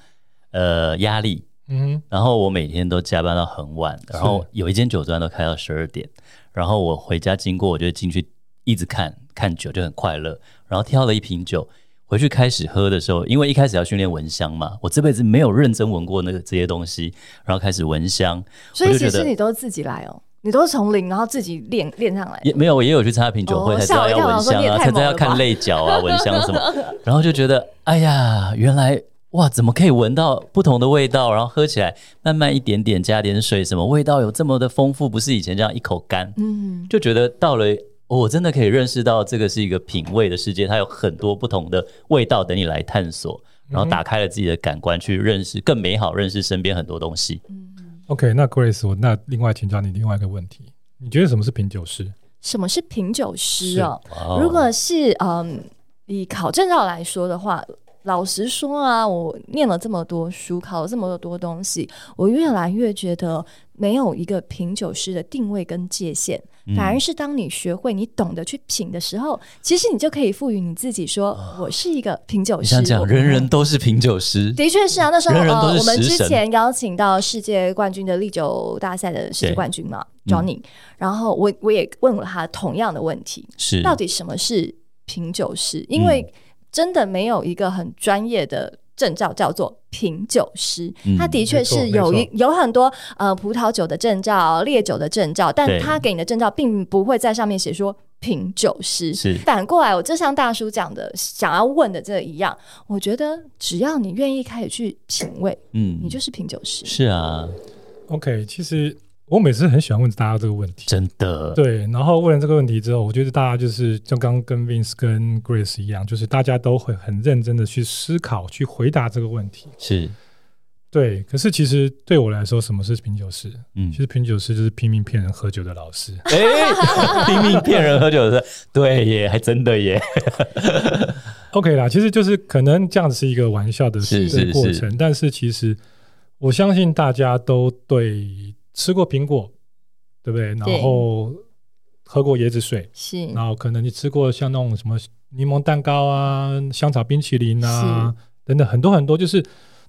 B: 呃，压力，
C: 嗯
B: 然后我每天都加班到很晚，然后有一间酒庄都开到十二点，然后我回家经过，我就进去一直看看酒，就很快乐。然后挑了一瓶酒回去开始喝的时候，因为一开始要训练闻香嘛，我这辈子没有认真闻过那个这些东西，然后开始闻香，
A: 所以
B: 我就
A: 其
B: 觉
A: 实
B: 得
A: 你都是自己来哦，你都是从零，然后自己练练上来的。
B: 也没有，我也有去参加品酒会，
A: 哦
B: 才知道
A: 吓
B: 要
A: 我一跳我
B: 闻
A: 想说
B: 香
A: 你也
B: 啊，
A: 太
B: 才知道要
A: 猛了吧
B: 看泪 脚啊，闻香什么，然后就觉得，哎呀，原来哇，怎么可以闻到不同的味道？然后喝起来，慢慢一点点加点水，什么味道有这么的丰富，不是以前这样一口干，
A: 嗯，
B: 就觉得到了。哦我真的可以认识到，这个是一个品味的世界，它有很多不同的味道等你来探索，
A: 嗯
B: 然后打开了自己的感官，去认识更美好，认识身边很多东西。
C: ，OK，那 Grace，我那另外请教你另外一个问题，你觉得什么是品酒师？
A: 什么是品酒师
C: 是
A: 哦？
B: 哇哦
A: 如果是嗯，以考证照来说的话，老实说啊，我念了这么多书，考了这么多东西，我越来越觉得没有一个品酒师的定位跟界限，
B: 嗯
A: 反而是当你学会、你懂得去品的时候，其实你就可以赋予你自己说，我是一个品酒
B: 啊你
A: 师。
B: 想讲，
A: 我
B: 人人都是品酒师，
A: 的确是啊，那时候
B: 人人都
A: 呃，
B: 是
A: 我们
B: 食
A: 之
B: 神
A: 前邀请到世界冠军的历酒大赛的世界
B: 对
A: 冠军嘛
B: 嗯
A: ，Johnny，、然后我我也问了他同样的问题，
B: 是嗯
A: 到底什么是品酒师？因为真的没有一个很专业的。证照叫做品酒师，
B: 嗯
A: 他的确是
C: 没错
A: 有
C: 没
A: 一
C: 错
A: 有很多呃葡萄酒的证照、烈酒的证照，但
B: 对
A: 他给你的证照并不会在上面写说品酒师。
B: 是
A: 反过来，我就像大叔讲的，想要问的这一样，我觉得只要你愿意开始去品味，
B: 嗯
A: 你就是品酒师。
B: 是啊，
C: OK，其实我每次很喜欢问大家这个问题，
B: 真的，
C: 对，然后问了这个问题之后，我觉得大家就是就刚刚跟 Vince 跟 Grace 一样，就是大家都会很认真的去思考、去回答这个问题。
B: 是
C: 对，可是其实对我来说，什么是品酒师？
B: 嗯
C: 其，实品酒师就是拼命骗人喝酒的老师。
B: 哎，拼命骗人喝酒的，对耶，还真的耶，
C: OK 啦，其实就是可能这样子是一个玩笑的
B: 是
C: 的
B: 是
C: 过
B: 是
C: 程，但是其实我相信大家都对吃过苹果，对不
A: 对
C: 对？然后喝过椰子水，
A: 是
C: 然后可能你吃过像那种什么柠檬蛋糕啊、香草冰淇淋啊等等很多很多，就是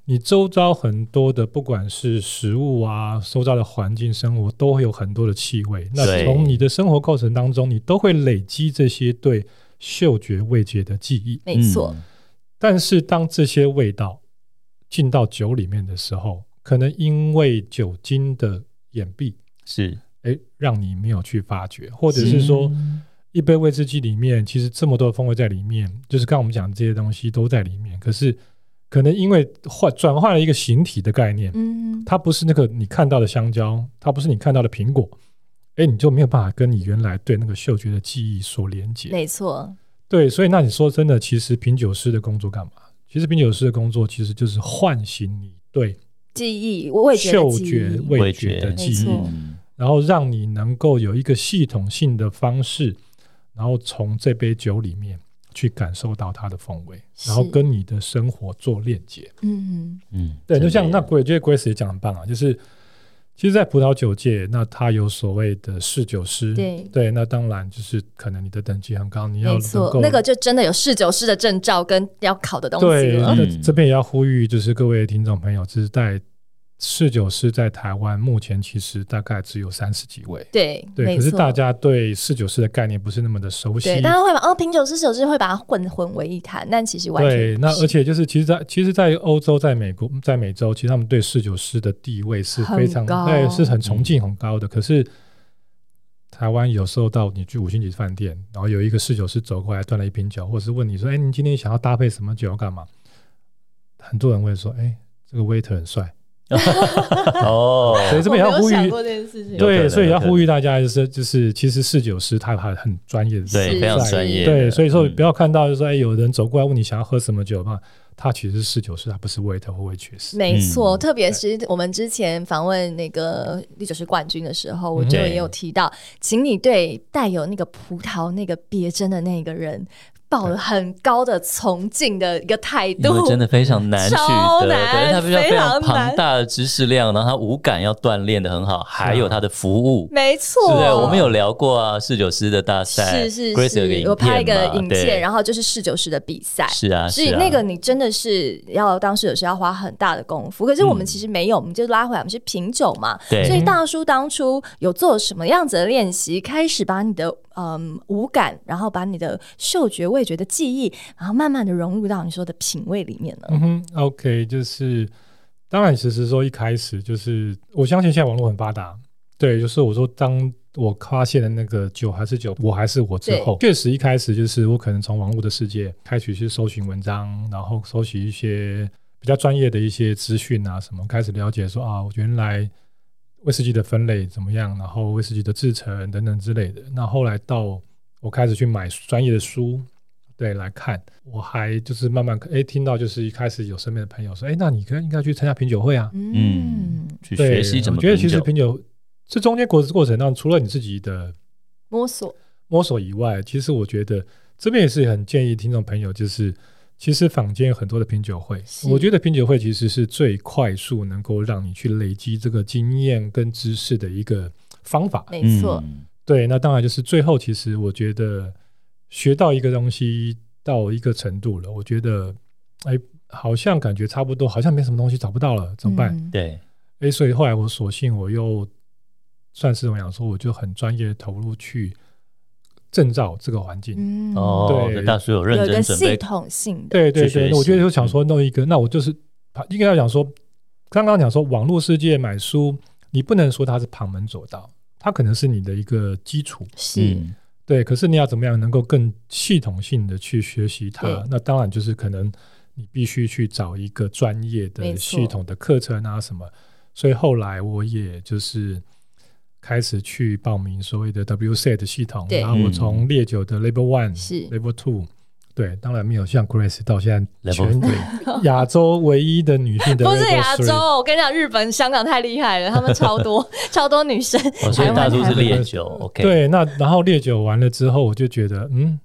C: 你周遭很多的，不管是食物啊、周遭的环境、生活，都会有很多的气味。那
B: 对
C: 从你的生活过程当中，你都会累积这些对嗅觉、味觉的记忆。
A: 没错，
B: 嗯，
C: 但是当这些味道进到酒里面的时候，可能因为酒精的掩蔽，
B: 是
C: 哎，让你没有去发觉，或者是说，一杯威士忌里面其实这么多的风味在里面，就是刚刚我们讲的这些东西都在里面，可是可能因为换转换了一个形体的概念，
A: 嗯，
C: 它不是那个你看到的香蕉，它不是你看到的苹果，哎，你就没有办法跟你原来对那个嗅觉的记忆所连接。
A: 没错，
C: 对，所以那你说真的，其实品酒师的工作干嘛？其实品酒师的工作其实就是唤醒你对
A: 记忆，味觉
C: 嗅
A: 的记忆，
C: 觉、味觉的记
A: 没
C: 忆
A: 错，
B: 嗯
C: 然后让你能够有一个系统性的方式，然后从这杯酒里面去感受到它的风味，然后
A: 是
C: 跟你的生活做链接。
A: 嗯，
B: 嗯，
C: 对，
B: 真的
C: 就像
B: 耶
C: 那鬼，我觉得 Grace 也讲得很棒啊，就是其实，在葡萄酒界，那它有所谓的侍酒师，
A: 对
C: 那当然就是可能你的等级很高，你要
A: 没
C: 能
A: 错
C: 够，
A: 那个就真的有侍酒师的证照跟要考的东西
C: 对，
A: 了，
C: 那
B: 嗯
C: 这边也要呼吁，就是各位听众朋友，就是在侍酒师在台湾目前其实大概只有三十几位。
A: 对，
C: 对，
A: 没
C: 可是
A: 错，
C: 大家对侍酒师的概念不是那么的熟悉
A: 对，。大家会把哦，品酒师、酒师会把它混混为一谈，但其实完全
C: 对，
A: 不
C: 那
A: 是
C: 而且就是，其实在，其实，在欧洲、在美国、在美洲，其实他们对侍酒师的地位是非常
A: 很高
C: 对，是很
B: 嗯
C: 崇敬、很高的。可是，台湾有时候到你去五星级饭店，然后有一个侍酒师走过来端了一瓶酒，或者是问你说：“哎，你今天想要搭配什么酒要干嘛？”很多人会说：“哎，这个 waiter 很帅。
B: 哦，”
C: 所以这边也要呼
E: 我没有想，
C: 吁
E: 过这件事情
B: 有可
C: 对，
B: 能
C: 所以
B: 有
C: 要
B: 可能
C: 呼吁大家，就是就是，其实侍酒师他还很专业的，
B: 对，
A: 是
B: 非常
C: 在
B: 专业的，
C: 对，所以说
B: 嗯
C: 不要看到就是说，哎，有人走过来问你想要喝什么酒嘛，他其实是侍酒师，他不是 waiter 或 waitress。
A: 没错，
B: 嗯
A: 特别是我们之前访问那个第九十冠军的时候，我
C: 嗯
A: 就
B: 对
A: 也有提到，请你对带有那个葡萄那个别针的那个人抱了很高的崇敬的一个态
B: 因为
A: 度，
B: 真的非常难取
A: 超
B: 得，
A: 难
B: 对，他必须要
A: 非
B: 非常
A: 常难
B: 庞大的知识量，然后他五感要锻炼的很好，
C: 啊
B: 还有他的服务，
A: 没错，
B: 是不是？我们有聊过啊，侍酒师的大赛，
A: 是是
B: Grace 有一个影
A: 是，
B: 片
A: 我拍一个
B: 嘛
A: 影
B: 对
A: 片，然后就是侍酒师的比赛，
B: 是啊，
A: 所以
B: 啊
A: 那个你真的是要当侍酒师要花很大的功夫，可是我们
B: 嗯
A: 其实没有，我们就拉回来，我们是品酒嘛，
B: 对
A: 所以大叔当初有做什么样子的练习，开始把你的嗯五感，然后把你的嗅觉、味觉的记忆，然后慢慢的融入到你说的品味里面呢？
C: 嗯哼，OK，就是当然，其实说一开始就是，我相信现在网络很发达，对，就是我说当我发现了那个酒还是酒，我还是我之后，确实一开始就是我可能从网络的世界开始去搜寻文章，然后搜寻一些比较专业的一些资讯啊什么，开始了解说啊，原来威士忌的分类怎么样，然后威士忌的制成等等之类的。那后来到我开始去买专业的书，对来看，我还就是慢慢 哎听到就是一开始有身边的朋友说，哎，那你可应该去参加品酒会啊，
B: 嗯
A: 嗯，
B: 去
C: 对
B: 学习怎么
C: 我觉得其
B: 品
C: 实
B: 酒
C: 品酒这中间过过程当中，除了你自己的
A: 摸索
C: 摸索以外，其实我觉得这边也是很建议听众朋友，就是其实坊间有很多的品酒会，
A: 是
C: 我觉得品酒会其实是最快速能够让你去累积这个经验跟知识的一个方法。
A: 没错，
B: 嗯
C: 对，那当然就是最后，其实我觉得学到一个东西到一个程度了，我觉得哎，好像感觉差不多，好像没什么东西找不到了，怎么办？
A: 嗯
B: 对，
C: 诶，所以后来我索性我又算是我想说，我就很专业地投入去证照这个环境。
A: 嗯
B: 哦，
C: 对
B: 这大叔有
A: 有
B: 认
A: 一个
B: 真准备
A: 系，统性的，
C: 对对
B: 去学
C: 对，那我觉得
B: 习嗯
C: 就想说弄一个，那我就是应该要讲说，刚刚讲说网络世界买书，你不能说它是旁门左道，它可能是你的一个基础。
A: 是
B: 嗯，
C: 对，可是你要怎么样能够更系统性的去学习它
A: 对？
C: 那当然就是可能你必须去找一个专业
A: 没
C: 的
A: 错
C: 系统的课程啊什么。所以后来我也就是开始去报名所谓的 WSET 系统，
A: 对嗯
C: 然后我
B: 嗯
C: 从烈酒的 Level One、
A: 是
C: Level Two，对，当然没有像 Grace 到现在
B: Level
C: 全亚洲唯一的女性的
A: 不是
C: Level
A: 亚
C: Three
A: 洲，我跟你讲，日本、香港太厉害了，他们超 多超多女生。
B: 哦，所以
A: 台湾
B: 大叔
A: 台
B: 是
A: 湾
B: 烈酒，OK，，
C: 对，那然后烈酒完了之后，我就觉得，嗯，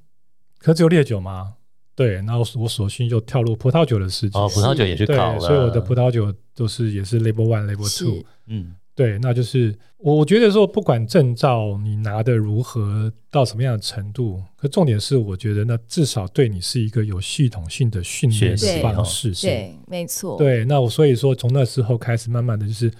C: 可只有烈酒吗？对，然后我索性就跳入葡萄酒的世界。
B: 哦，葡萄酒也去
C: 对
B: 考，了，
C: 所以我的葡萄酒就是也是 Level One、Level
A: 是
C: Two。
B: 嗯，
C: 对，那就是我我觉得说，不管证照你拿的如何到什么样的程度，可重点是，我觉得那至少对你是一个有系统性的训练
B: 学习
C: 的
A: 哦
C: 方式。是
A: 对，没错，
C: 对，那我所以说从那时候开始，慢慢的就是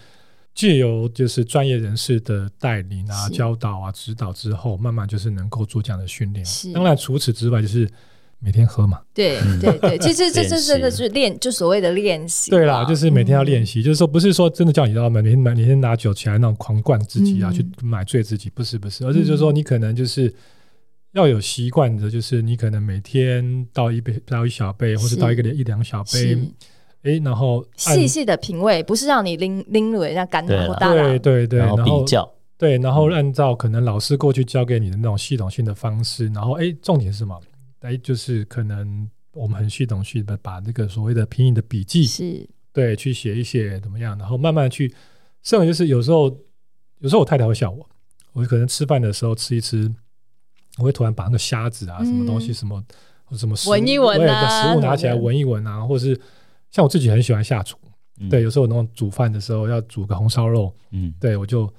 C: 借由就是专业人士的带领啊、
A: 是
C: 教导啊、指导之后，慢慢就是能够做这样的训练
A: 是。
C: 当然，除此之外，就是每天喝嘛。
A: 对对 对，其实这
B: 练
A: 这
B: 习
A: 真的是练，就所谓的啊练习啦。嗯
C: 对啦，就是每天要练习，就是说不是说真的叫你到每天每天拿酒起来那种狂灌自己啊，
A: 嗯
C: 去买醉自己，不是不是，而是就是说你可能就是。要有习惯的，就是你可能每天倒一杯，倒一小杯，或者
A: 是
C: 倒一个一两小杯
A: 是，
C: 诶，然后按
A: 细细的品味，不是让你拎拎了人家干
B: 对啊
A: 拿
B: 啦
A: 或大
C: 对对对，
B: 然后
C: 然后
B: 比较，
C: 对，然后
B: 嗯
C: 按照可能老师过去教给你的那种系统性的方式，然后哎，重点是什么？哎，就是可能我们很系统性的把那个所谓的拼音的笔记，
A: 是
C: 对，去写一写怎么样，然后慢慢去。甚至就是有时候，有时候我太太会笑我，我可能吃饭的时候吃一吃，我会突然把那个虾子啊，什么东西，
A: 嗯
C: 什么什么食物
A: 闻一闻
C: 对
A: 啊
C: 把食物拿起来
A: 什么的
C: 闻一闻啊，或是像我自己很喜欢下厨，
B: 嗯
C: 对，，有时候我那种煮饭的时候要煮个红烧肉，
B: 嗯，
C: 对我就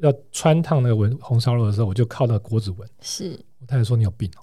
C: 要穿烫那个闻红烧肉的时候，我就靠那个锅子闻。
A: 是
C: 我太太说你有病哦、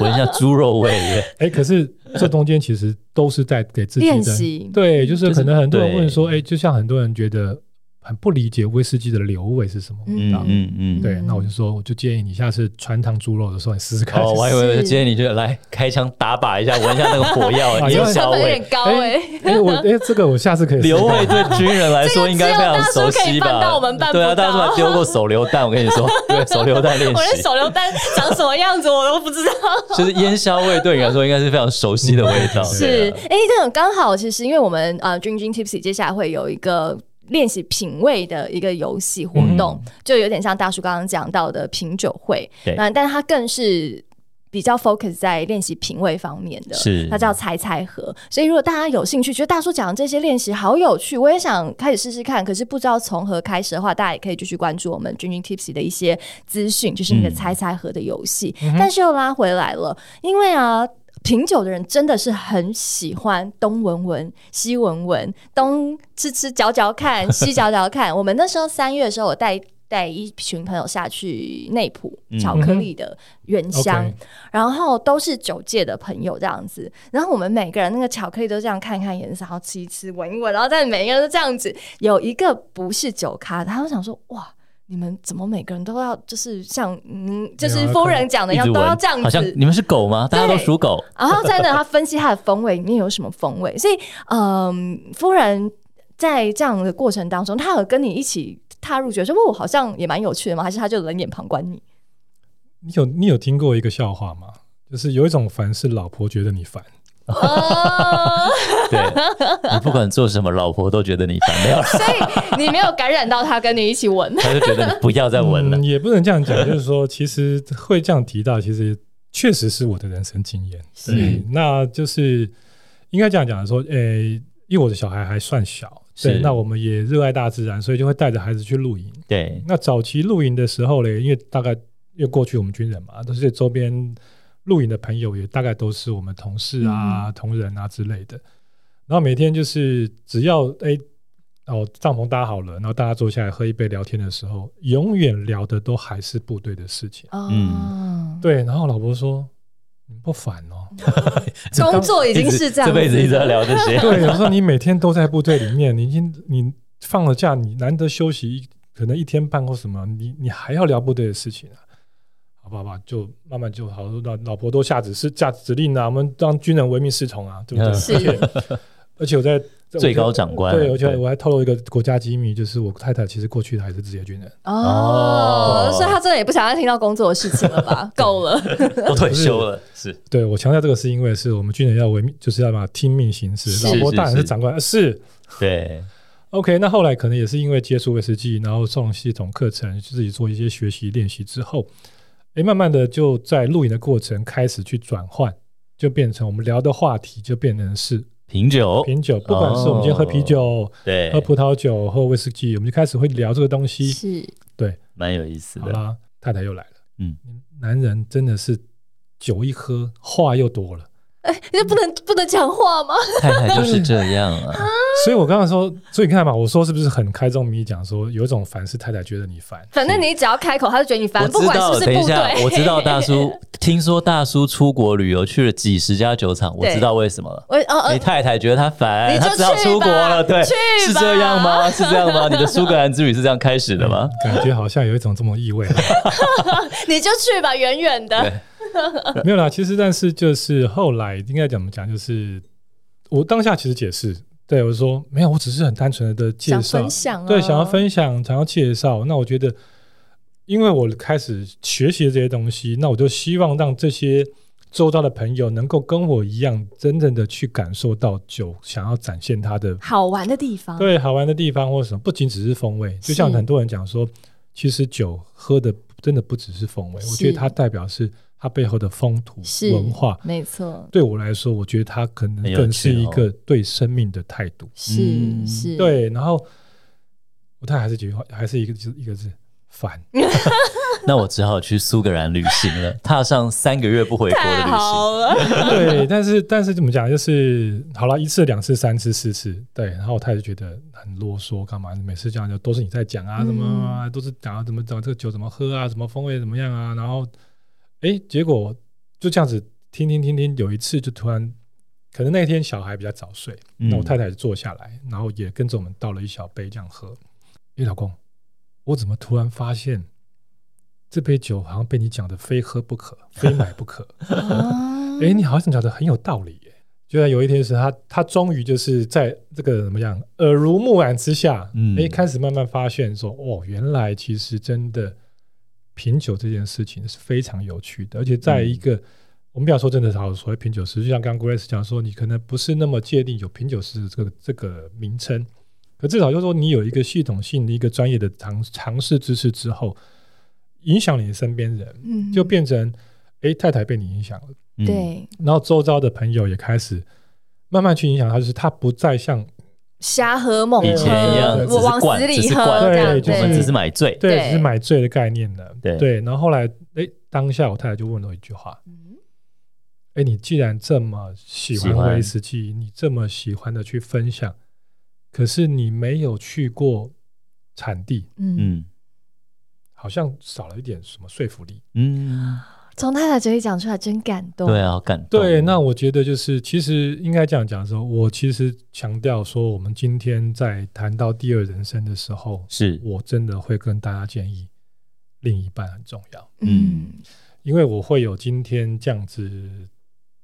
B: 闻一下猪肉味， 对
C: 哎、可是这中间其实都是在给自己
A: 练
C: 的。
A: 习，
C: 对，就是可能很多人
B: 对
C: 问说，哎、就像很多人觉得很不理解威士忌的流味是什么。
A: 嗯
B: 嗯嗯嗯，
C: 对，
A: 嗯
C: 那我就说，我就建议你下次穿烫猪肉的时候，你试试看。
B: 哦，我还以为
A: 是
B: 今天你就来开枪打靶一下，闻一下那个火药
C: 哎
B: 烟
C: 呦
A: 成嗯本有
B: 硝 味。
A: 点高
C: 哎
A: 哎。
C: 哎、我哎、这个我下次可以试试
B: 刘
C: 看。
B: 卫对军人来说应该非常熟悉
A: 这个只有大叔可以办
B: 吧
A: 到我们办？不
B: 对
A: 到
B: 啊，大叔还丢过手榴弹，我跟你 说，对手榴弹练
A: 我的
B: 习，
A: 手榴弹长什么样子我都不知道。
B: 就是烟硝味对你来说应该是非常熟悉的味道。对
A: 是
B: 啊，
A: 哎、这种刚好，其实因为我们呃君君 Tipsy 接下来会有一个。练习品味的一个游戏活动，就有点像大叔刚刚讲到的品酒会
B: 嗯对，
A: 那但它更是比较 focus 在练习品味方面的，
B: 是
A: 它叫猜猜盒。所以如果大家有兴趣，觉得大叔讲的这些练习好有趣，我也想开始试试看，可是不知道从何开始的话，大家也可以继续关注我们君君 Tipsy 的一些资讯，就是你的
B: 嗯
A: 猜猜盒的游戏。
C: 嗯哼
A: 但是又拉回来了，因为啊，品酒的人真的是很喜欢东闻闻、西闻闻，东吃吃、嚼嚼 看、西嚼嚼看。我们那时候三月的时候，我带带一群朋友下去内埔
B: 嗯
A: 巧克力的原乡，
C: OK
A: 然后都是酒界的朋友这样子。然后我们每个人那个巧克力都这样看一看颜色，然后吃一吃、闻一闻，然后再每一个人都这样子。有一个不是酒咖的，他就想说：“哇，你们怎么每个人都要就是像嗯，就是
C: 没有啊
A: 夫人讲的一
B: 一
A: 样，
B: 直
A: 都要
B: 闻
A: 这样，
B: 好像
A: 子？”
B: 你们是狗吗？大家都属狗，
A: 然后再呢，他分析它的风味里面有什么风味，所以嗯，夫人在这样的过程当中，他有跟你一起踏入，觉得说哦，好像也蛮有趣的吗？还是他就冷眼旁 观你？
C: 你有你有听过一个笑话吗？就是有一种烦是老婆觉得你烦，
A: 哦，
B: 对，你不管做什么，老婆都觉得你烦，没有，
A: 所以你没有感染到他跟你一起闻，
B: 她就觉得你不要再闻了
C: 嗯。也不能这样讲，就是说，其实会这样提到，其实确实是我的人生经验。
A: 是
C: 对，那就是应该这样讲说，诶、因为我的小孩还算小，
B: 是
C: 对，那我们也热爱大自然，所以就会带着孩子去露营。
B: 对，
C: 那早期露营的时候嘞，因为大概因为过去我们军人嘛，都是周边露营的朋友，也大概都是我们同事啊、同仁啊之类的。然后每天就是只要哎哦帐篷搭好了，然后大家坐下来喝一杯聊天的时候，永远聊的都还是部队的事情。
A: 哦，
B: 嗯
C: 对，然后老婆说：“你不烦哦？”
A: 工作已
B: 已
A: 经是这样子，
B: 这辈子一直在聊这些。
C: 对，我说你每天都在部队里面，你已经你放了假，你难得休息一可能一天半或什么，你你还要聊部队的事情啊？好吧，好吧，就慢慢就好，老老婆都下指示下指令啊，我们当军人唯命是从啊，对不对？
B: 嗯
A: 是
C: 而且而且我在
B: 最高长官
C: 对，而且
B: 对
C: 我还透露一个国家机密，就是我太太其实过去还是职业军人，
A: 哦
B: 哦，
A: 所以他真的也不想再听到工作的事情了 吧？够了，
B: 都退休 了，是
C: 对我强调这个是因为是我们军人要唯命，就是要嘛听命行事，
A: 是
C: 老婆
B: 是
C: 当然是
B: 是
C: 长官，呃是。
B: 对，
C: OK，那后来可能也是因为接触威士忌，然后上系统课程，自己做一些学习练习之后，诶，慢慢的就在录影的过程开始去转换，就变成我们聊的话题就变成是
A: 哦
B: 品酒，
C: 品酒，不管是我们今天喝啤酒、
B: 对，
C: 喝葡萄酒、喝威士忌，我们就开始会聊这个东西。
A: 是
B: 蛮有意思
C: 好
B: 的。
C: 啦，太太又来了，
B: 嗯，
C: 男人真的是酒一喝话又多了，
A: 那不能不能讲话吗？
B: 太太就是这样啊，
C: 所以我刚刚说，所以你看嘛，我说是不是很开宗明义讲说，有一种烦是太太觉得你烦，
A: 反正你只要开口，他就觉得你
B: 我
A: 烦，不
B: 知
A: 管是
B: 道。
A: 不是
B: 等一
A: 部
B: 下，
A: 队。
B: 我知道大叔，听说大叔出国旅游去了几十家酒厂，我
A: 对
B: 知道为什么了。
A: 我哦
B: 你
A: 哦，
B: 太太觉得他烦，
A: 你
B: 他
A: 就
B: 只好
A: 去
B: 出国
A: 吧
B: 了，对，
A: 去
B: 是
A: 吧
B: 这样吗？是这样吗？你的苏格兰之旅是这样开始的吗？
C: 感觉好像有一种这么意味。啊
A: 你就去吧，远远的。
C: 没有啦，其实但是就是后来应该怎么讲，就是我当下其实解释，对我说没有，我只是很单纯的介
A: 想
C: 绍，
A: 分享啊
C: 对，想要分享，想要介绍。那我觉得，因为我开始学习了这些东西，那我就希望让这些周遭的朋友能够跟我一样，真正的去感受到酒想要展现它的
A: 好玩的地方，
C: 对好玩的地方或什么，不仅只是风味。就像
A: 啊是
C: 很多人讲说，其实酒喝的真的不只是风味，我觉
A: 是
C: 得它代表是它背后的风土
A: 是
C: 文化。
A: 没错，
C: 对我来说，我觉得它可能
B: 很有
C: 更
B: 趣
C: 是一
B: 哦
C: 个对生命的态度。
A: 是、
B: 嗯
A: 是，，
C: 对，然后我太还是几句话，还是一个字一个字烦。
B: 那我只好去苏格兰旅行了，踏上三个月不回国的
A: 太
B: 旅行。
A: 好了，
C: 对，但是但是怎么讲，就是好了，一次、两次、三次、四次，对。然后我太太就觉得很啰嗦，干嘛？每次这样就都是你在讲啊，什么啊、都是讲啊，怎么讲这个酒怎么喝啊，什么风味怎么样啊。然后，哎，结哎果就这样啊子听听听听，有一次就突然，可能那天小孩比较早睡，
B: 嗯
C: 那我太太就坐下来，然后也跟着我们倒了一小杯这样喝。哎，老公，我怎么突然发现这杯酒好像被你讲的非喝不可，非买不可？
A: 啊
C: 哎，你好像讲的很有道理耶。就在有一天时，他他终于就是在这个怎么讲耳濡目染之下，
B: 嗯
C: 嗯，哎，开始慢慢发现说，哦，原来其实真的品酒这件事情是非常有趣的，而且在一个、我们不要说真的好所谓品酒师，就像刚刚 Grace 讲说，你可能不是那么界定有品酒师这个这个名称，可至少就是说你有一个系统性的一个专业的尝尝试知识之后，影响你身边人，
A: 嗯
C: 就变成哎太太被你影响了。
B: 嗯，
A: 对
C: 然后周遭的朋友也开始慢慢去影响他，就是他不再像
A: 瞎喝猛喝，
B: 以前一样，只
A: 我
B: 是
A: 往
B: 灌，
A: 死
B: 只
A: 里
B: 是
A: 喝
B: 灌，
A: 这样，
C: 对就
B: 我们
C: 是
B: 只是买醉。
C: 对
A: 对
C: 只是买醉的概念了，
B: 对
C: 然后后来，哎，当下我太太就问了一句话
A: 嗯，
C: 哎，你既然这么喜
B: 喜
C: 欢
B: 欢
C: 威士忌，你这么喜欢的去分享，可是你没有去过产地，
A: 嗯，
B: 嗯
C: 好像少了一点什么说服力。
B: 嗯，
A: 从太太嘴里讲出来，真感动，
B: 对啊，好感动。
C: 对，那我觉得就是，其实应该这样讲说，我其实强调说，我们今天在谈到第二人生的时候，
B: 是
C: 我真的会跟大家建议，另一半很重要，
B: 嗯
C: 因为我会有今天这样子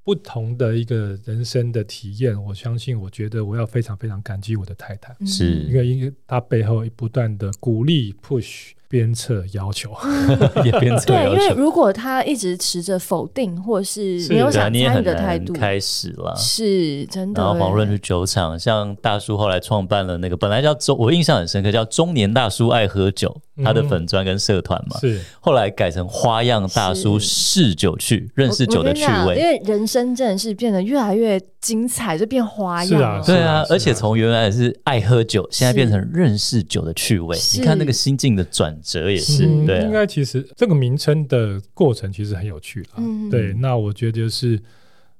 C: 不同的一个人生的体验。我相信，我觉得我要非常非常感激我的太太，
A: 嗯
C: 因
B: 是，
C: 为因为她背后不断的鼓励、push、鞭策、要求。
B: 也变成
A: 对，因
B: 要
A: 为
B: 求
A: 如果他一直持着否定或是
C: 是
A: 没有
B: 对啊
A: 想
B: 你也
A: 参与
B: 很
A: 的态
B: 难
A: 度，
B: 开始了。
A: 是真的
B: 然
A: 欸。
B: 后黄润去酒厂，像大叔后来创办了那个，本来叫中，我印象很深刻，叫中年大叔爱喝酒，他的
C: 嗯
B: 粉砖跟社团嘛，
C: 是，
B: 后来改成花样大叔试酒趣，认
A: 我
B: 识酒
A: 我
B: 的
A: 跟
B: 趣
A: 你讲因
B: 味。
A: 为人生真的是变得越来越精彩，就变花样
C: 是啊
A: 了。
B: 对
C: 是
B: 啊
C: 啊，
B: 而且从原来是爱喝酒，现在变成认识酒的趣味。
A: 是
B: 你看那个心境的转折也是
C: 嗯，
B: 对
C: 应
B: 啊，
C: 该其实这个名称的过程其实很有趣了。
A: 嗯
C: 对，那我觉得就是，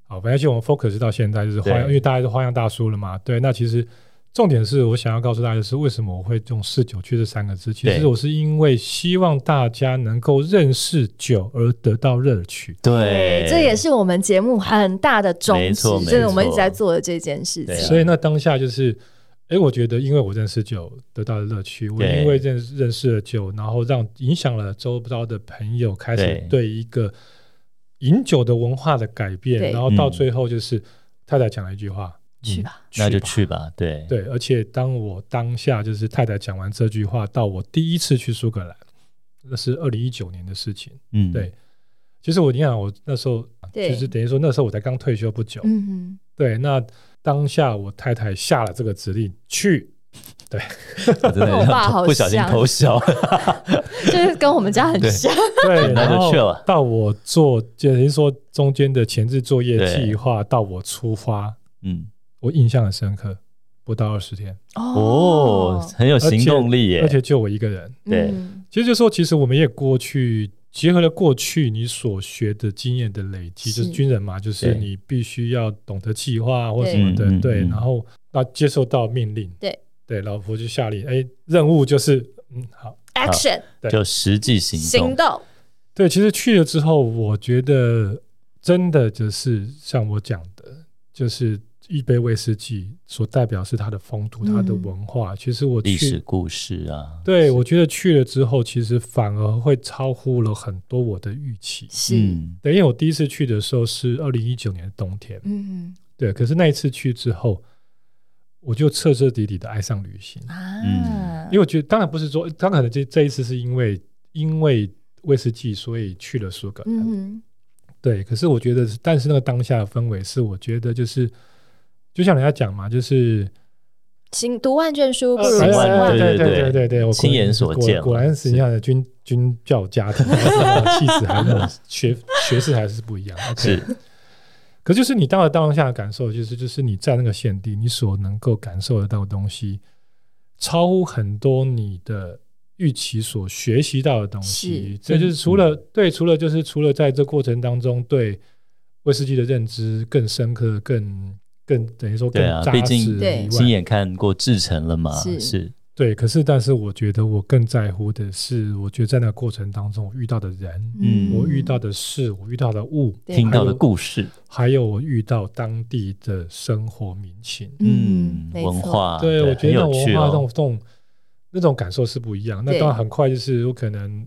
C: 好，反正就我们 focus 到现在就是花样，
B: 对
C: 因为大家是花样大叔了嘛。对，那其实重点是我想要告诉大家的是，为什么我会用“嗜酒区”这三个字？其
B: 对
C: 实我是因为希望大家能够认识酒而得到乐趣。
B: 对，
A: 这也是我们节目很大的宗
B: 没
A: 旨
B: 错，没
A: 真的，我们一
B: 错
A: 直在做的这件事
B: 对啊
A: 情。
C: 所以那当下就是，哎，我觉得因为我认识酒得到了乐趣，我
B: 对
C: 因为认识认识了酒，然后让影响了周遭的朋友开
B: 对
C: 始对一个饮酒的文化的改
A: 对
C: 变，然后到
B: 嗯
C: 最后就是、太太讲了一句话。
A: 去吧，
B: 那就
C: 吧
B: 去吧，对，
C: 对，而且当我当下就是太太讲完这句话，到我第一次去苏格兰，那是二零一九年的事情。
B: 嗯，
C: 对其实我你想，我那时候
A: 对
C: 就是等于说那时候我才刚退休不久。
A: 嗯哼，
C: 对，那当下我太太下了这个指令去，
B: 我真的很
A: 跟我爸
B: 想
A: 好
B: 不小心
A: 像
B: 偷笑。
A: 就是跟我们家很
B: 对
A: 像。
C: 对，
B: 那就
C: 然后
B: 去了
C: 到我做，等于说中间的前置作业
B: 对
C: 计划到我出发，
B: 嗯，
C: 我印象很深刻，不到二十天，
B: 哦，很有
C: 而且
B: 行动力耶
C: 而。且就我一个人。
B: 对
A: 嗯
C: 其实就说，其实我们也过去结合了过去你所学的经验的累积，
A: 是
C: 就是军人嘛，就是
B: 对
C: 你必须要懂得计划或什么
B: 对嗯
C: 的，
B: 嗯
C: 对，
B: 嗯
C: 然后那接受到命令，
A: 对
C: 对，老婆就下令，哎，任务就是嗯好。
A: ，action
C: 对
B: 就实际行
A: 行
B: 动，嗯
A: 动，
C: 对，其实去了之后，我觉得真的就是像我讲的，就是一杯威士忌所代表是它的风土、它的
A: 嗯
C: 文化。其实我
B: 历史
C: 去，
B: 故事啊，
C: 对我觉得去了之后，其实反而会超乎了很多我的预期。
A: 是，
B: 嗯，
C: 对，因为我第一次去的时候是二零一九年的冬天，
A: 嗯
C: 对，可是那一次去之后，我就彻彻底底的爱上旅行。
B: 嗯
A: 啊，
C: 因为我觉得，当然不是说，当然可能这这一次是因为因为威士忌，所以去了苏格兰。
A: 嗯
C: 对，可是我觉得是，但是那个当下的氛围是，我觉得就是，就像人家讲嘛，就是
A: 行，读万卷嗯书不
C: 呃
A: 如
B: 行
A: 行
B: 万
A: 万
B: 对对
C: 对对
B: 对
C: 对对，我
B: 亲
C: 果然
B: 眼所
C: 果
B: 见
C: 果
B: 嘛
C: 然是
B: 是
C: 你看的军军教家庭，气质还是那种学学识还是不 一样。OK，
B: 是
C: 可就是你到了当下的感受，就是就是你在那个现地，你所能够感受得到的东西，超乎很多你的。预期所学习到的东西
A: 是，
C: 这就是除了、
B: 嗯
C: 对，除了就是除了在这过程当中对威士忌的认知更深刻、更更等于说更
B: 对啊
C: 扎
B: 毕
C: 实
B: 竟
C: 以
A: 对
C: 外，
B: 亲眼看过制成了嘛，
A: 是
B: 是，
C: 对。可是，但是我觉得我更在乎的是，我觉得在那个过程当中，我遇到的人，
B: 嗯
C: 我遇到的事，我遇到的物，
A: 对
B: 听到
C: 还
B: 的
C: 有
B: 故事，
C: 还有我遇到当地的生活民情。
B: 嗯，
A: 没
B: 文
A: 错
B: 化，
C: 对，我觉得那
B: 很
C: 种
B: 有
C: 文
B: 趣
C: 化、那
B: 哦
C: 种，那种那种感受是不一样。那
A: 对
C: 当然很快就是我可能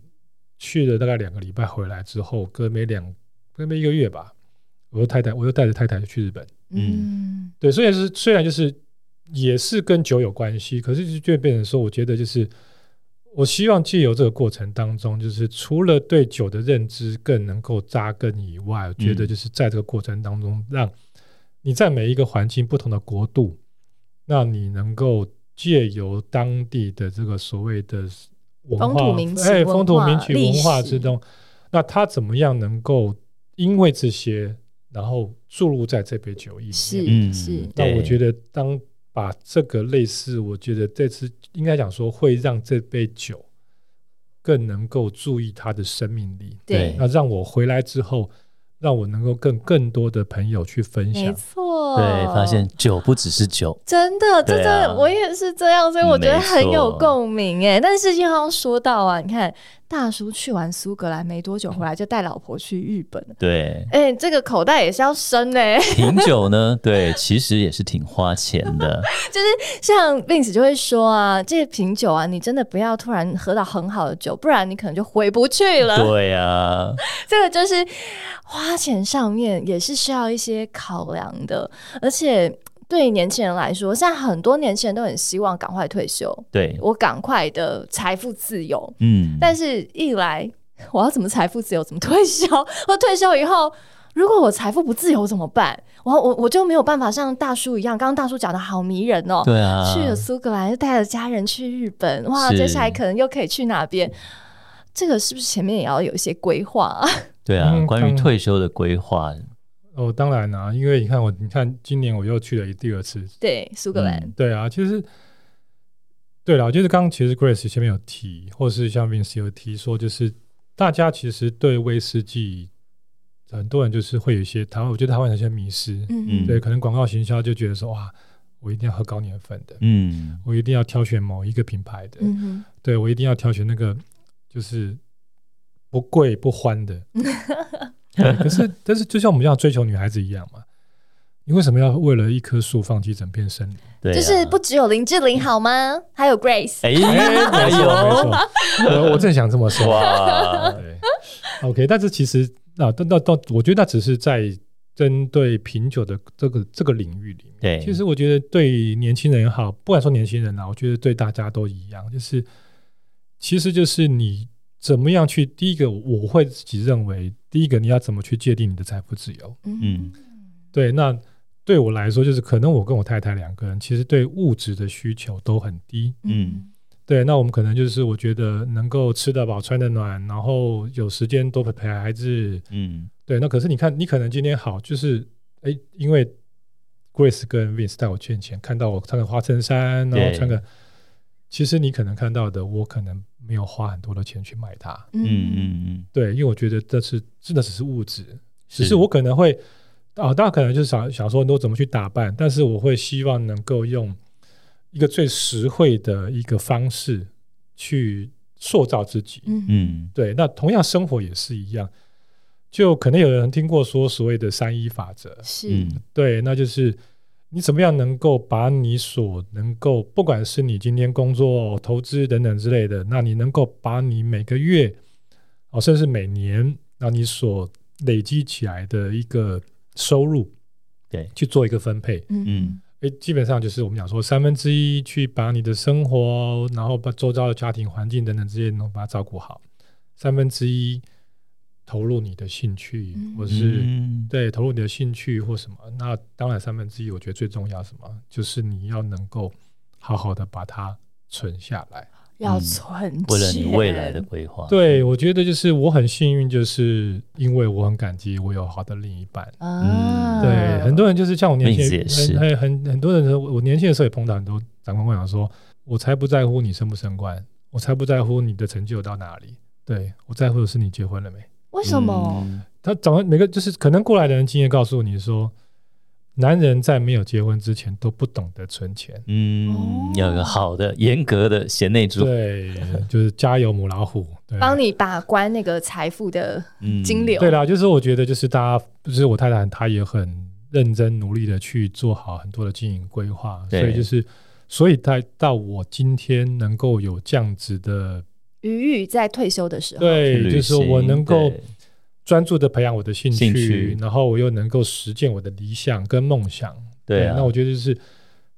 C: 去了大概两个礼拜回来之后，隔没两隔没一个月吧，我又太太我又带着太太去日本。
A: 嗯
C: 对，虽然是虽然就是也是跟酒有关系，可是就就变成说，我觉得就是我希望借由这个过程当中，就是除了对酒的认知更能够扎根以外，我觉得
B: 嗯
C: 就是在这个过程当中，让你在每一个环境、不同的国度，那你能够借由当地的这个所谓的文
A: 风
C: 化、
A: 土民情
C: 哎，
A: 文
C: 风土
A: 化
C: 民情、
A: 历
C: 文化
A: 史
C: 之中，那它怎么样能够因为这些，然后注入在这杯酒里面？
A: 是
B: 嗯
A: 是，
C: 那我觉
B: 得
C: 得，当把这个类似，我觉得这次应该讲说会让这杯酒更能够注意它的生命力。
B: 对
A: 对，
C: 那让我回来之后，让我能够跟更多的朋友去分
A: 没
C: 享。
A: 错，
B: 对，发现酒不只是酒，
A: 真的，真
B: 对啊嗯
A: 的，我也是这样，所以我觉得很有共鸣哎。但是经常说到啊，你看大叔去完苏格兰没多久回来，就带老婆去日本，，
B: 对
A: 哎、这个口袋也是要深 哎。
B: 品酒呢，对，其实也是挺花钱 的，
A: 像 Vince 就会说啊，这些品酒啊，你真的不要突然喝到很好的酒，不然你可能就回不去了。
B: 对啊，
A: 这个就是花钱上面也是需要一些考量的，而且。对于年轻人来说，现在很多年轻人都很希望赶快退休，
B: 对，
A: 我赶快的财富自由。
B: 嗯，
A: 但是，一来我要怎么财富自由，怎么退休？ 我退休以后，如果我财富不自由怎么办？我我我就没有办法像大叔一样，刚刚大叔讲的好迷人哦。
B: 对啊，
A: 去了苏格兰，又带着家人去日本，哇！
B: 是
A: 接下来可能又可以去哪边？这个是不是前面也要有一些规划 啊？
B: 对啊，
C: 嗯
B: 关于
C: 当
B: 退休的规划，
C: 哦，当然啦、因为你看我，你看今年我又去了第二次。
A: 对，苏格兰，
B: 嗯
C: 对啊，其实对啦，就是刚刚其实 Grace 前面有提，或是像 Vince 有提说，就是大家其实对威士忌，很多人就是会有一些台湾，我觉得台湾有些迷失。
B: 嗯
A: 嗯，
C: 对，可能广告行销就觉得说，哇，我一定要喝高年份的，
B: 嗯，
C: 我一定要挑选某一个品牌的，
A: 嗯
C: 对我一定要挑选那个就是不贵不 欢的。对可是，但是就像我们这样追求女孩子一样嘛，你为什么要为了一棵树放弃整片森林？
B: 对
A: 哼，就
B: 啊，
A: 是不只有林志玲好吗？还有 Grace，
B: 哎，
C: 没
B: 哎
C: 错，没
B: 呦，
C: 错，我我正想这么说。 啊
B: 哇，
C: 对，OK，但是其实啊，到到到，我觉得那只是在针对品酒的这个这个领域里面。
B: 对
C: 其实我觉得对年轻人也好，不管说年轻人啦，我觉得对大家都一样，就是其实就是你怎么样去，第一个我会自己认为，第一个你要怎么去界定你的财富自由？
A: 嗯
B: 嗯，
C: 对，那对我来说，就是可能我跟我太太两个人，其实对物质的需求都很低。
B: 嗯
C: 对，那我们可能就是我觉得能够吃得饱、穿得暖，然后有时间多陪陪孩子。
B: 嗯
C: 对，那可是你看，你可能今天好，就是哎，因为 Grace 跟 Vince 带我圈钱，看到我穿个花衬衫，然后
B: 对
C: 穿个，其实你可能看到的，我可能没有花很多的钱去买它。
B: 嗯
A: 嗯
B: 嗯嗯，
C: 对，因为我觉得这是真的只是物质，只是我可能会啊，大家可能就是想想说都怎么去打扮，但是我会希望能够用一个最实惠的一个方式去塑造自己。
A: 嗯嗯
B: 嗯
C: 对，那同样生活也是一样，就可能有人听过说所谓的三一法则，
A: 是
B: 嗯
C: 对，那就是你怎么样能够把你所能够，不管是你今天工作、投资等等之类的，那你能够把你每个月哦，甚至每年，那你所累积起来的一个收入，
B: 对
C: 去做一个分配。
B: 嗯
C: 诶，基本上就是我们讲说三分之一去把你的生活，然后把周遭的家庭环境等等这些能把它照顾好，三分之一投入你的兴趣、
A: 嗯
C: 或是。
B: 嗯
C: 对，投入你的兴趣或什么。那当然，三分之一我觉得最重要是什么，就是你要能够好好的把它存下来。
A: 要存钱，
B: 嗯为了你未来的规划，
C: 对，我觉得就是我很幸运，就是因为我很感激我有好的另一半。
A: 啊，
C: 对，很多人就是像我年轻
B: 妹子也是
C: 很很很很多人说，我年轻的时候也碰到很多长官跟我讲说，我才不在乎你升不升官，我才不在乎你的成就到哪里，对我在乎的是你结婚了没。
A: 为什么？
B: 嗯？
C: 他长官每个就是可能过来的人经验告诉你说，男人在没有结婚之前都不懂得存钱。
B: 嗯，要有个好的、严格的贤内助，
C: 对，就是家有母老虎。对，
A: 帮你把关那个财富的
B: 嗯
A: 金流，
C: 对啦，就是我觉得就是大家，就是我太太她也很认真努力的去做好很多的经营规划，所
B: 对
C: 以就是，所以她到我今天能够有这样子的，
A: 余裕在退休的时候，
C: 对，
B: 旅
C: 就是说
B: 行
C: 我能够
B: 对
C: 专注的培养我的兴
B: 兴趣
C: 然后我又能够实践我的理想跟梦想。
B: 对啊，
C: 嗯那我觉得就是，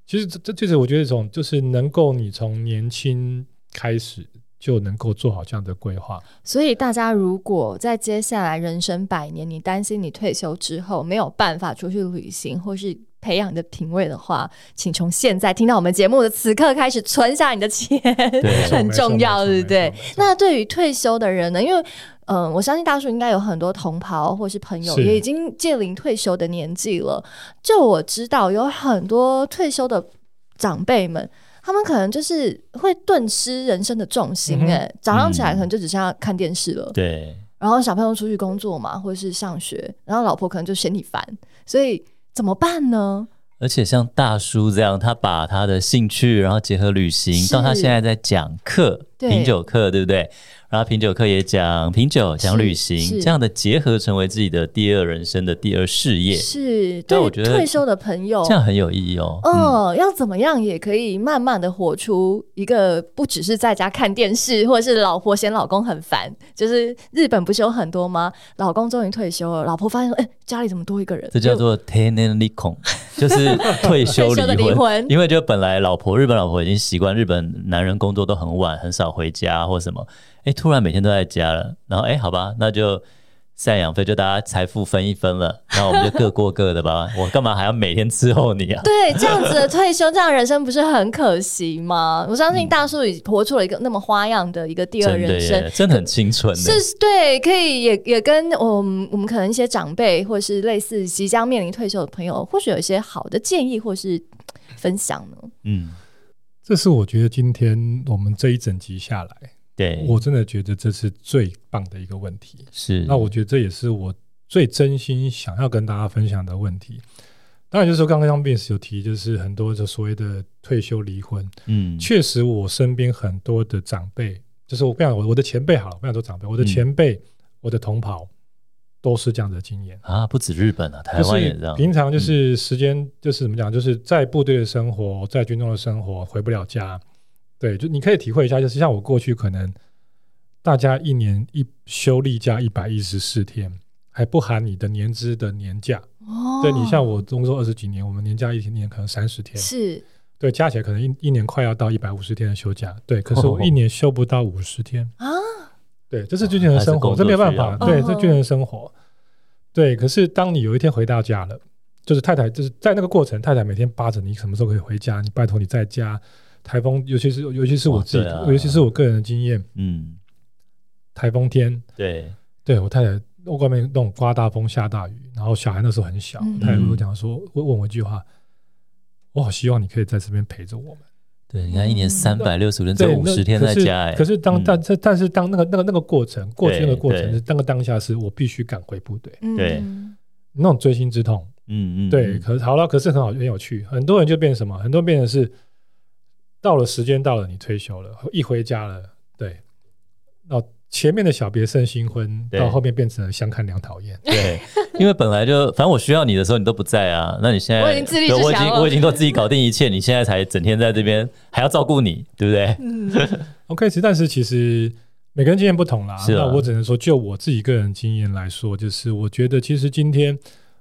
C: 其实这这就是我觉得这种就是能够你从年轻开始就能够做好这样的规划，
A: 所以大家如果在接下来人生百年，你担心你退休之后没有办法出去旅行，或是培养你的品味的话，请从现在听到我们节目的此刻开始存下你的钱，
B: 对
A: 很重要，对
C: 没错
A: 不对
C: 没错？没错
A: 那对于退休的人呢？因为嗯、呃我相信大叔应该有很多同袍或是朋友
C: 是
A: 也已经届龄退休的年纪了。就我知道，有很多退休的长辈们，他们可能就是会顿失人生的重心、
C: 嗯哼
A: 哎、早上起来
B: 嗯
A: 可能就只剩下看电视了，
B: 对，
A: 然后小朋友出去工作嘛，或者是上学，然后老婆可能就嫌你烦，所以怎么办呢？
B: 而且像大叔这样，他把他的兴趣，然后结合旅行，
A: 是
B: 到他现在在讲课，
A: 对
B: 品酒课，对不对？然后品酒课也讲品酒，讲旅
A: 是
B: 行，这样的结合成为自己的第二人生的第二事业，
A: 是
B: 但
A: 对于
B: 我觉得
A: 退休的朋友
B: 这。样很有意义哦。嗯，
A: 哦，要怎么样也可以慢慢的活出一个不只是在家看电视，或者是老婆嫌老公很烦。就是日本不是有很多吗？老公终于退休了，老婆发现说，哎、家里怎么多一个人？
B: 这叫做 tenant l i c o n 就是退休
A: 退休的
B: 离
A: 离婚
B: 因为就本来老婆日本老婆已经习惯日本男人工作都很晚，很少回家或什么，哎，突然每天都在家了，然后哎，好吧，那就赡养费就大家财富分一分了，然后我们就各过各的 吧，我干嘛还要每天伺候你啊？
A: 对，这样子的退休，这样人生不是很可惜吗？我相信大叔已活出了一个那么花样的一个第二
B: 真的
A: 人生
B: 耶，，真的很青春呢。
A: 是，对，可以也也跟我们我们可能一些长辈，或是类似即将面临退休的朋友，或许有一些好的建议，或是分享呢。
B: 嗯，
C: 这是我觉得今天我们这一整集下来，
B: 对，
C: 我真的觉得这是最棒的一个问题。
B: 是
C: 那我觉得这也是我最真心想要跟大家分享的问题。当然，就是说刚刚 Vince 有提，就是很多就所谓的退休离婚，
B: 嗯
C: 确实我身边很多的长辈，就是我不想我我的前辈好了，我不想说长辈，我的
B: 嗯
C: 前辈，我的同袍都是这样的经验。
B: 啊，不止日本啊，台
C: 就
B: 湾也
C: 是
B: 这样。嗯
C: 平常就是时间就是怎么讲，就是在部队的生活，在军中的生活，回不了家。对，就你可以体会一下，就是像我过去可能大家一年一休例假一百一十四天，还不含你的年资的年假。
A: 哦
C: 对你像我工作二十几年，我们年假一年可能三十天，
A: 是
C: 对，加起来可能一一年快要到一百五十天的休假。对，可 是我一年休不到五十天。
A: 啊，
C: 对，这是军人的生活，
B: 啊还是工
C: 这
B: 作
C: 没有办
B: 需要
C: 法。对，
A: 嗯
C: 这军人的生活。对，可是当你有一天回到家了，就是太太就是在那个过程，太太每天扒着你什么时候可以回家，你拜托你在家。台风，尤其是尤其是我自己，
B: 哦对啊
C: 尤其是我个人的经验，
B: 嗯，
C: 台风天，
B: 对，
C: 对我太太外面那种刮大风下大雨，然后小孩那时候很小，
A: 嗯
C: 太太跟我讲说，问问我一句话，我好希望你可以在这边陪着我们。
B: 对，你看一年
A: 嗯
B: 三百六十天，这
C: 对，
B: 五
C: 那
B: 十天
C: 可
B: 在
C: 是
B: 家，哎，
C: 可是当
B: 嗯
C: 但但但是当那个那个那个过程过去那个过程
B: 对
C: 是那个当下是我必须赶回部队，
B: 对
A: 嗯
C: 那种锥心之痛。
B: 嗯嗯，
C: 对，
B: 嗯
C: 可是好了，可是很好，很有趣。很多人就变成什么？很多人变成是到了时间到了，你退休了，一回家了，对，到前面的小别胜新婚，
B: 对
C: 到后面变成了相看两讨厌。
B: 对，因为本来就反正我需要你的时候你都不 在啊，那你现在
A: 我已经自立
B: 对
A: 自
B: 我已
A: 强
B: 经
A: 了
B: 我已经都自己搞定一切，你现在才整天在这边还要照顾你，对 不对？
A: 嗯
C: OK，其但是其实每个人经验不同啦。
B: 是啊
C: 那我只能说，就我自己个人经验来说，就是我觉得其实今天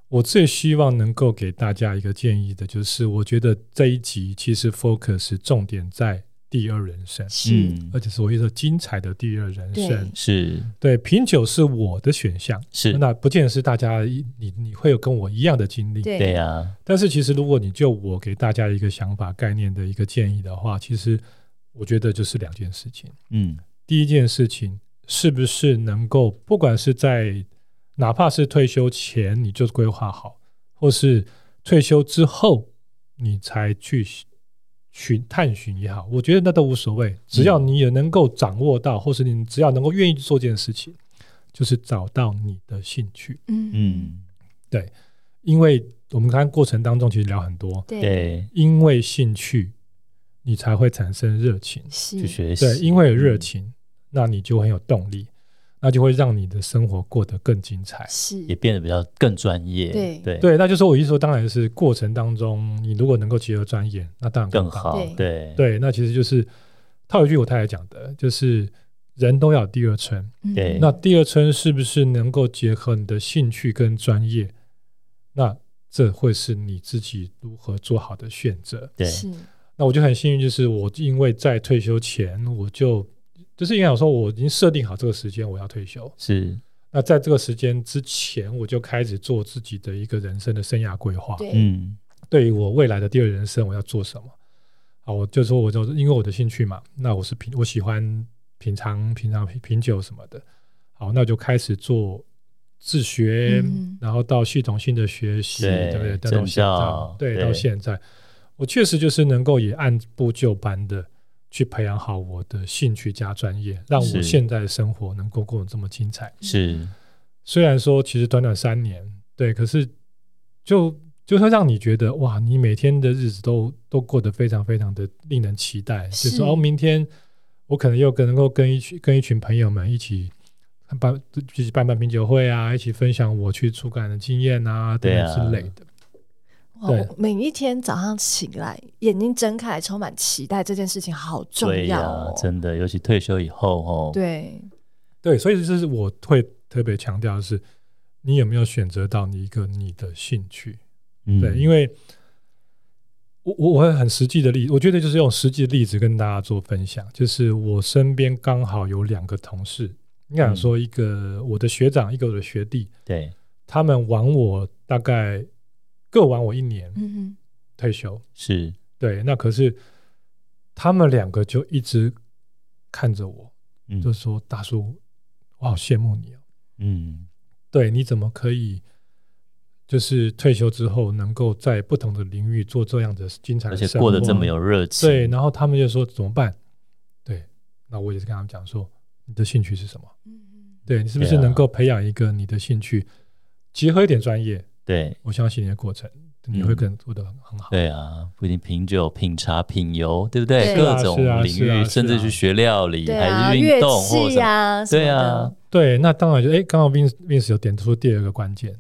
C: 我最希望能够给大家一个建议的，就是我觉得这一集其实 focus 重点在第二人生，
B: 嗯
A: 是，
C: 而且是我一个精彩的第二人生
A: 对。
B: 是
C: 对，品酒是我的选项，
A: 嗯
B: 是，
C: 那不见得是大家一你你会有跟我一样的经历。
A: 对
B: 对啊呀，
C: 但是其实如果你就我给大家一个想法、概念的一个建议的话，其实我觉得就是两件事情。
B: 嗯
C: 第一件事情是不是能够，不管是在哪怕是退休前你就规划好，或是退休之后你才去寻探寻也好，我觉得那都无所谓，只要你也能够掌握到，或是你只要能够愿意做这件事情，就是找到你的兴趣。
A: 嗯，
B: 嗯，
C: 因为我们刚刚过程当中其实聊很多，
A: 对，
B: 对，
C: 因为兴趣你才会产生热情，
A: 是
B: 去学习，
C: 对，因为有
B: 嗯
C: 热情，那你就很有动力，那就会让你的生活过得更精彩。
B: 也
A: 是，
B: 变得比较更专业，
A: 对
B: 对
C: 对，那就是我意思说，当然是过程当中，你如果能够结合专业，那当然
B: 更
C: 棒
B: 好，
A: 对
B: 对
C: 对，那其实就是套一句我太太讲的，就是人都要有第二春。
A: 嗯
B: 对
C: 那第二春是不是能够结合你的兴趣跟专业？那这会是你自己如何做好的选择。
B: 对
A: 是
C: 那我就很幸运，就是我因为在退休前，我就就是因为想说我已经设定好这个时间我要退休，
B: 是，
C: 那在这个时间之前，我就开始做自己的一个人生的生涯规划，
A: 对，
B: 嗯
C: 对于我未来的第二人生我要做什么啊？我就说我就是因为我的兴趣嘛，那我是品我喜欢品尝品尝品品酒什么的，好，那我就开始做自学，
A: 嗯
C: 然后到系统性的学习，
B: 对
C: 对不对？
B: 证
C: 到现在
B: 照，
C: 对，
B: 对
C: 到现在，我确实就是能够也按部就班的。去培养好我的兴趣加专业，让我
B: 是
C: 现在的生活能够过得这么精彩。
B: 是，
C: 虽然说其实短短三年，对，可是就就会让你觉得哇，你每天的日子都都过得非常非常的令人期待，
A: 是
C: 就是说哦，明天我可能又跟能够跟一群跟一群朋友们一起办一起办办品酒会啊，一起分享我去出感的经验啊等
B: 对啊
C: 等之类的。
A: 哇
C: 对
A: 我每一天早上起来，眼睛睁开，充满期待，这件事情好重
B: 对
A: 要
B: 呀
A: 哦，，
B: 真的，尤其退休以后哦，
A: 对，
C: 对，所以这是我会特别强调的是，你有没有选择到你一个你的兴趣？
B: 嗯，
C: 对，因为我我我会很实际的例，我觉得就是用实际的例子跟大家做分享。就是我身边刚好有两个同事，应该
B: 嗯
C: 讲说一个我的学长，一个我的学弟，
B: 对
C: 他们玩我大概各玩我一年
A: 嗯
C: 退休。
B: 是，
C: 对，那可是他们两个就一直看着我，
B: 嗯
C: 就说：“大叔，我好羡慕你哦，
B: 嗯
C: 对，你怎么可以就是退休之后能够在不同的领域做这样的精彩
B: 而
C: 的
B: 且
C: 生活，
B: 过得这么有热情，
C: 对，然后他们就说怎么办？对，那我也是跟他们讲说，你的兴趣是什么？
A: 嗯，
C: 对你是不是
B: 对啊
C: 能够培养一个你的兴趣，结合一点专业？
B: 对
C: 我相信你的过程，你会更做得很很好。
B: 嗯对啊，不一定品酒、品茶、品油，对不对？
A: 对
B: 各
C: 是啊
B: 种
C: 是啊
B: 领
C: 是啊
B: 域，
C: 是啊
B: 甚至去学料理，
A: 对
B: 还
A: 啊，
B: 是
A: 乐
B: 运动或者
A: 器
B: 什么
A: 呀，什
B: 对
A: 么
B: 啊
A: 的，
C: 对，那当然就哎，刚好 Vince Vince 有点出第二个关键，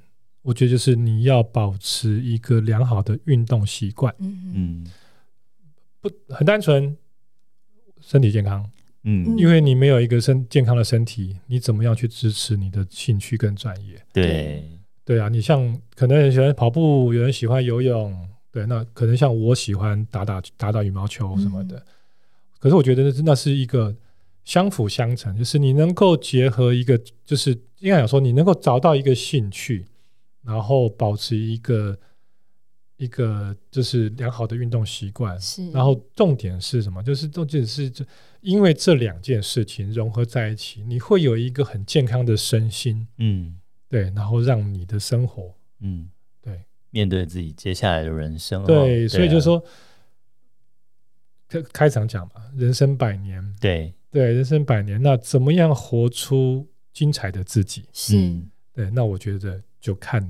C: 我觉得就是你要保持一个良好的运动习惯，
A: 嗯
B: 嗯
C: 不很单纯，身体健康，
B: 嗯，
C: 因为你没有一个身健康的身体，你怎么样去支持你的兴趣跟专业？
B: 对
C: 对啊，你像可能有人喜欢跑步，有人喜欢游泳，对，那可能像我喜欢打打打打羽毛球什么的。可是我觉得那是那是一个相辅相成，就是你能够结合一个，就是应该讲说你能够找到一个兴趣，然后保持一个一个就是良好的运动习惯。
A: 是，
C: 然后重点是什么？就是重点是这，因为这两件事情融合在一起，你会有一个很健康的身心，
B: 嗯
C: 对，然后让你的生活
B: 嗯，
C: 对，
B: 面对自己接下来的人生哦，
C: 对，所以
B: 啊
C: 就是说，开开场讲嘛，人生百年，
B: 对，
C: 对，人生百年，那怎么样活出精彩的自己？
A: 是
B: 嗯
C: 对，那我觉得就看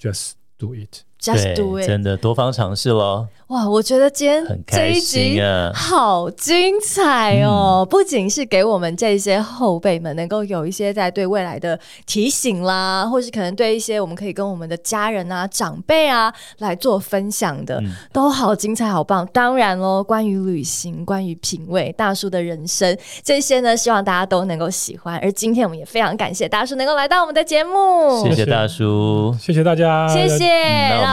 C: just do it。
A: ，just do
B: 对
A: it。
B: 真的多方尝试喽，
A: 哇，我觉得今
B: 很
A: 天这
B: 开
A: 一集
B: 心啊，
A: 好精彩
B: 嗯
A: 哦！不仅是给我们这些后辈们能够有一些在对未来的提醒啦，或是可能对一些我们可以跟我们的家人啊、长辈啊来做分享的，
B: 嗯
A: 都好精彩、好棒。当然喽，关于旅行、关于品味、大叔的人生这些呢，希望大家都能够喜欢。而今天我们也非常感谢大叔能够来到我们的节目，
B: 谢谢大叔，
C: 谢谢大家，
A: 谢谢。
B: 嗯那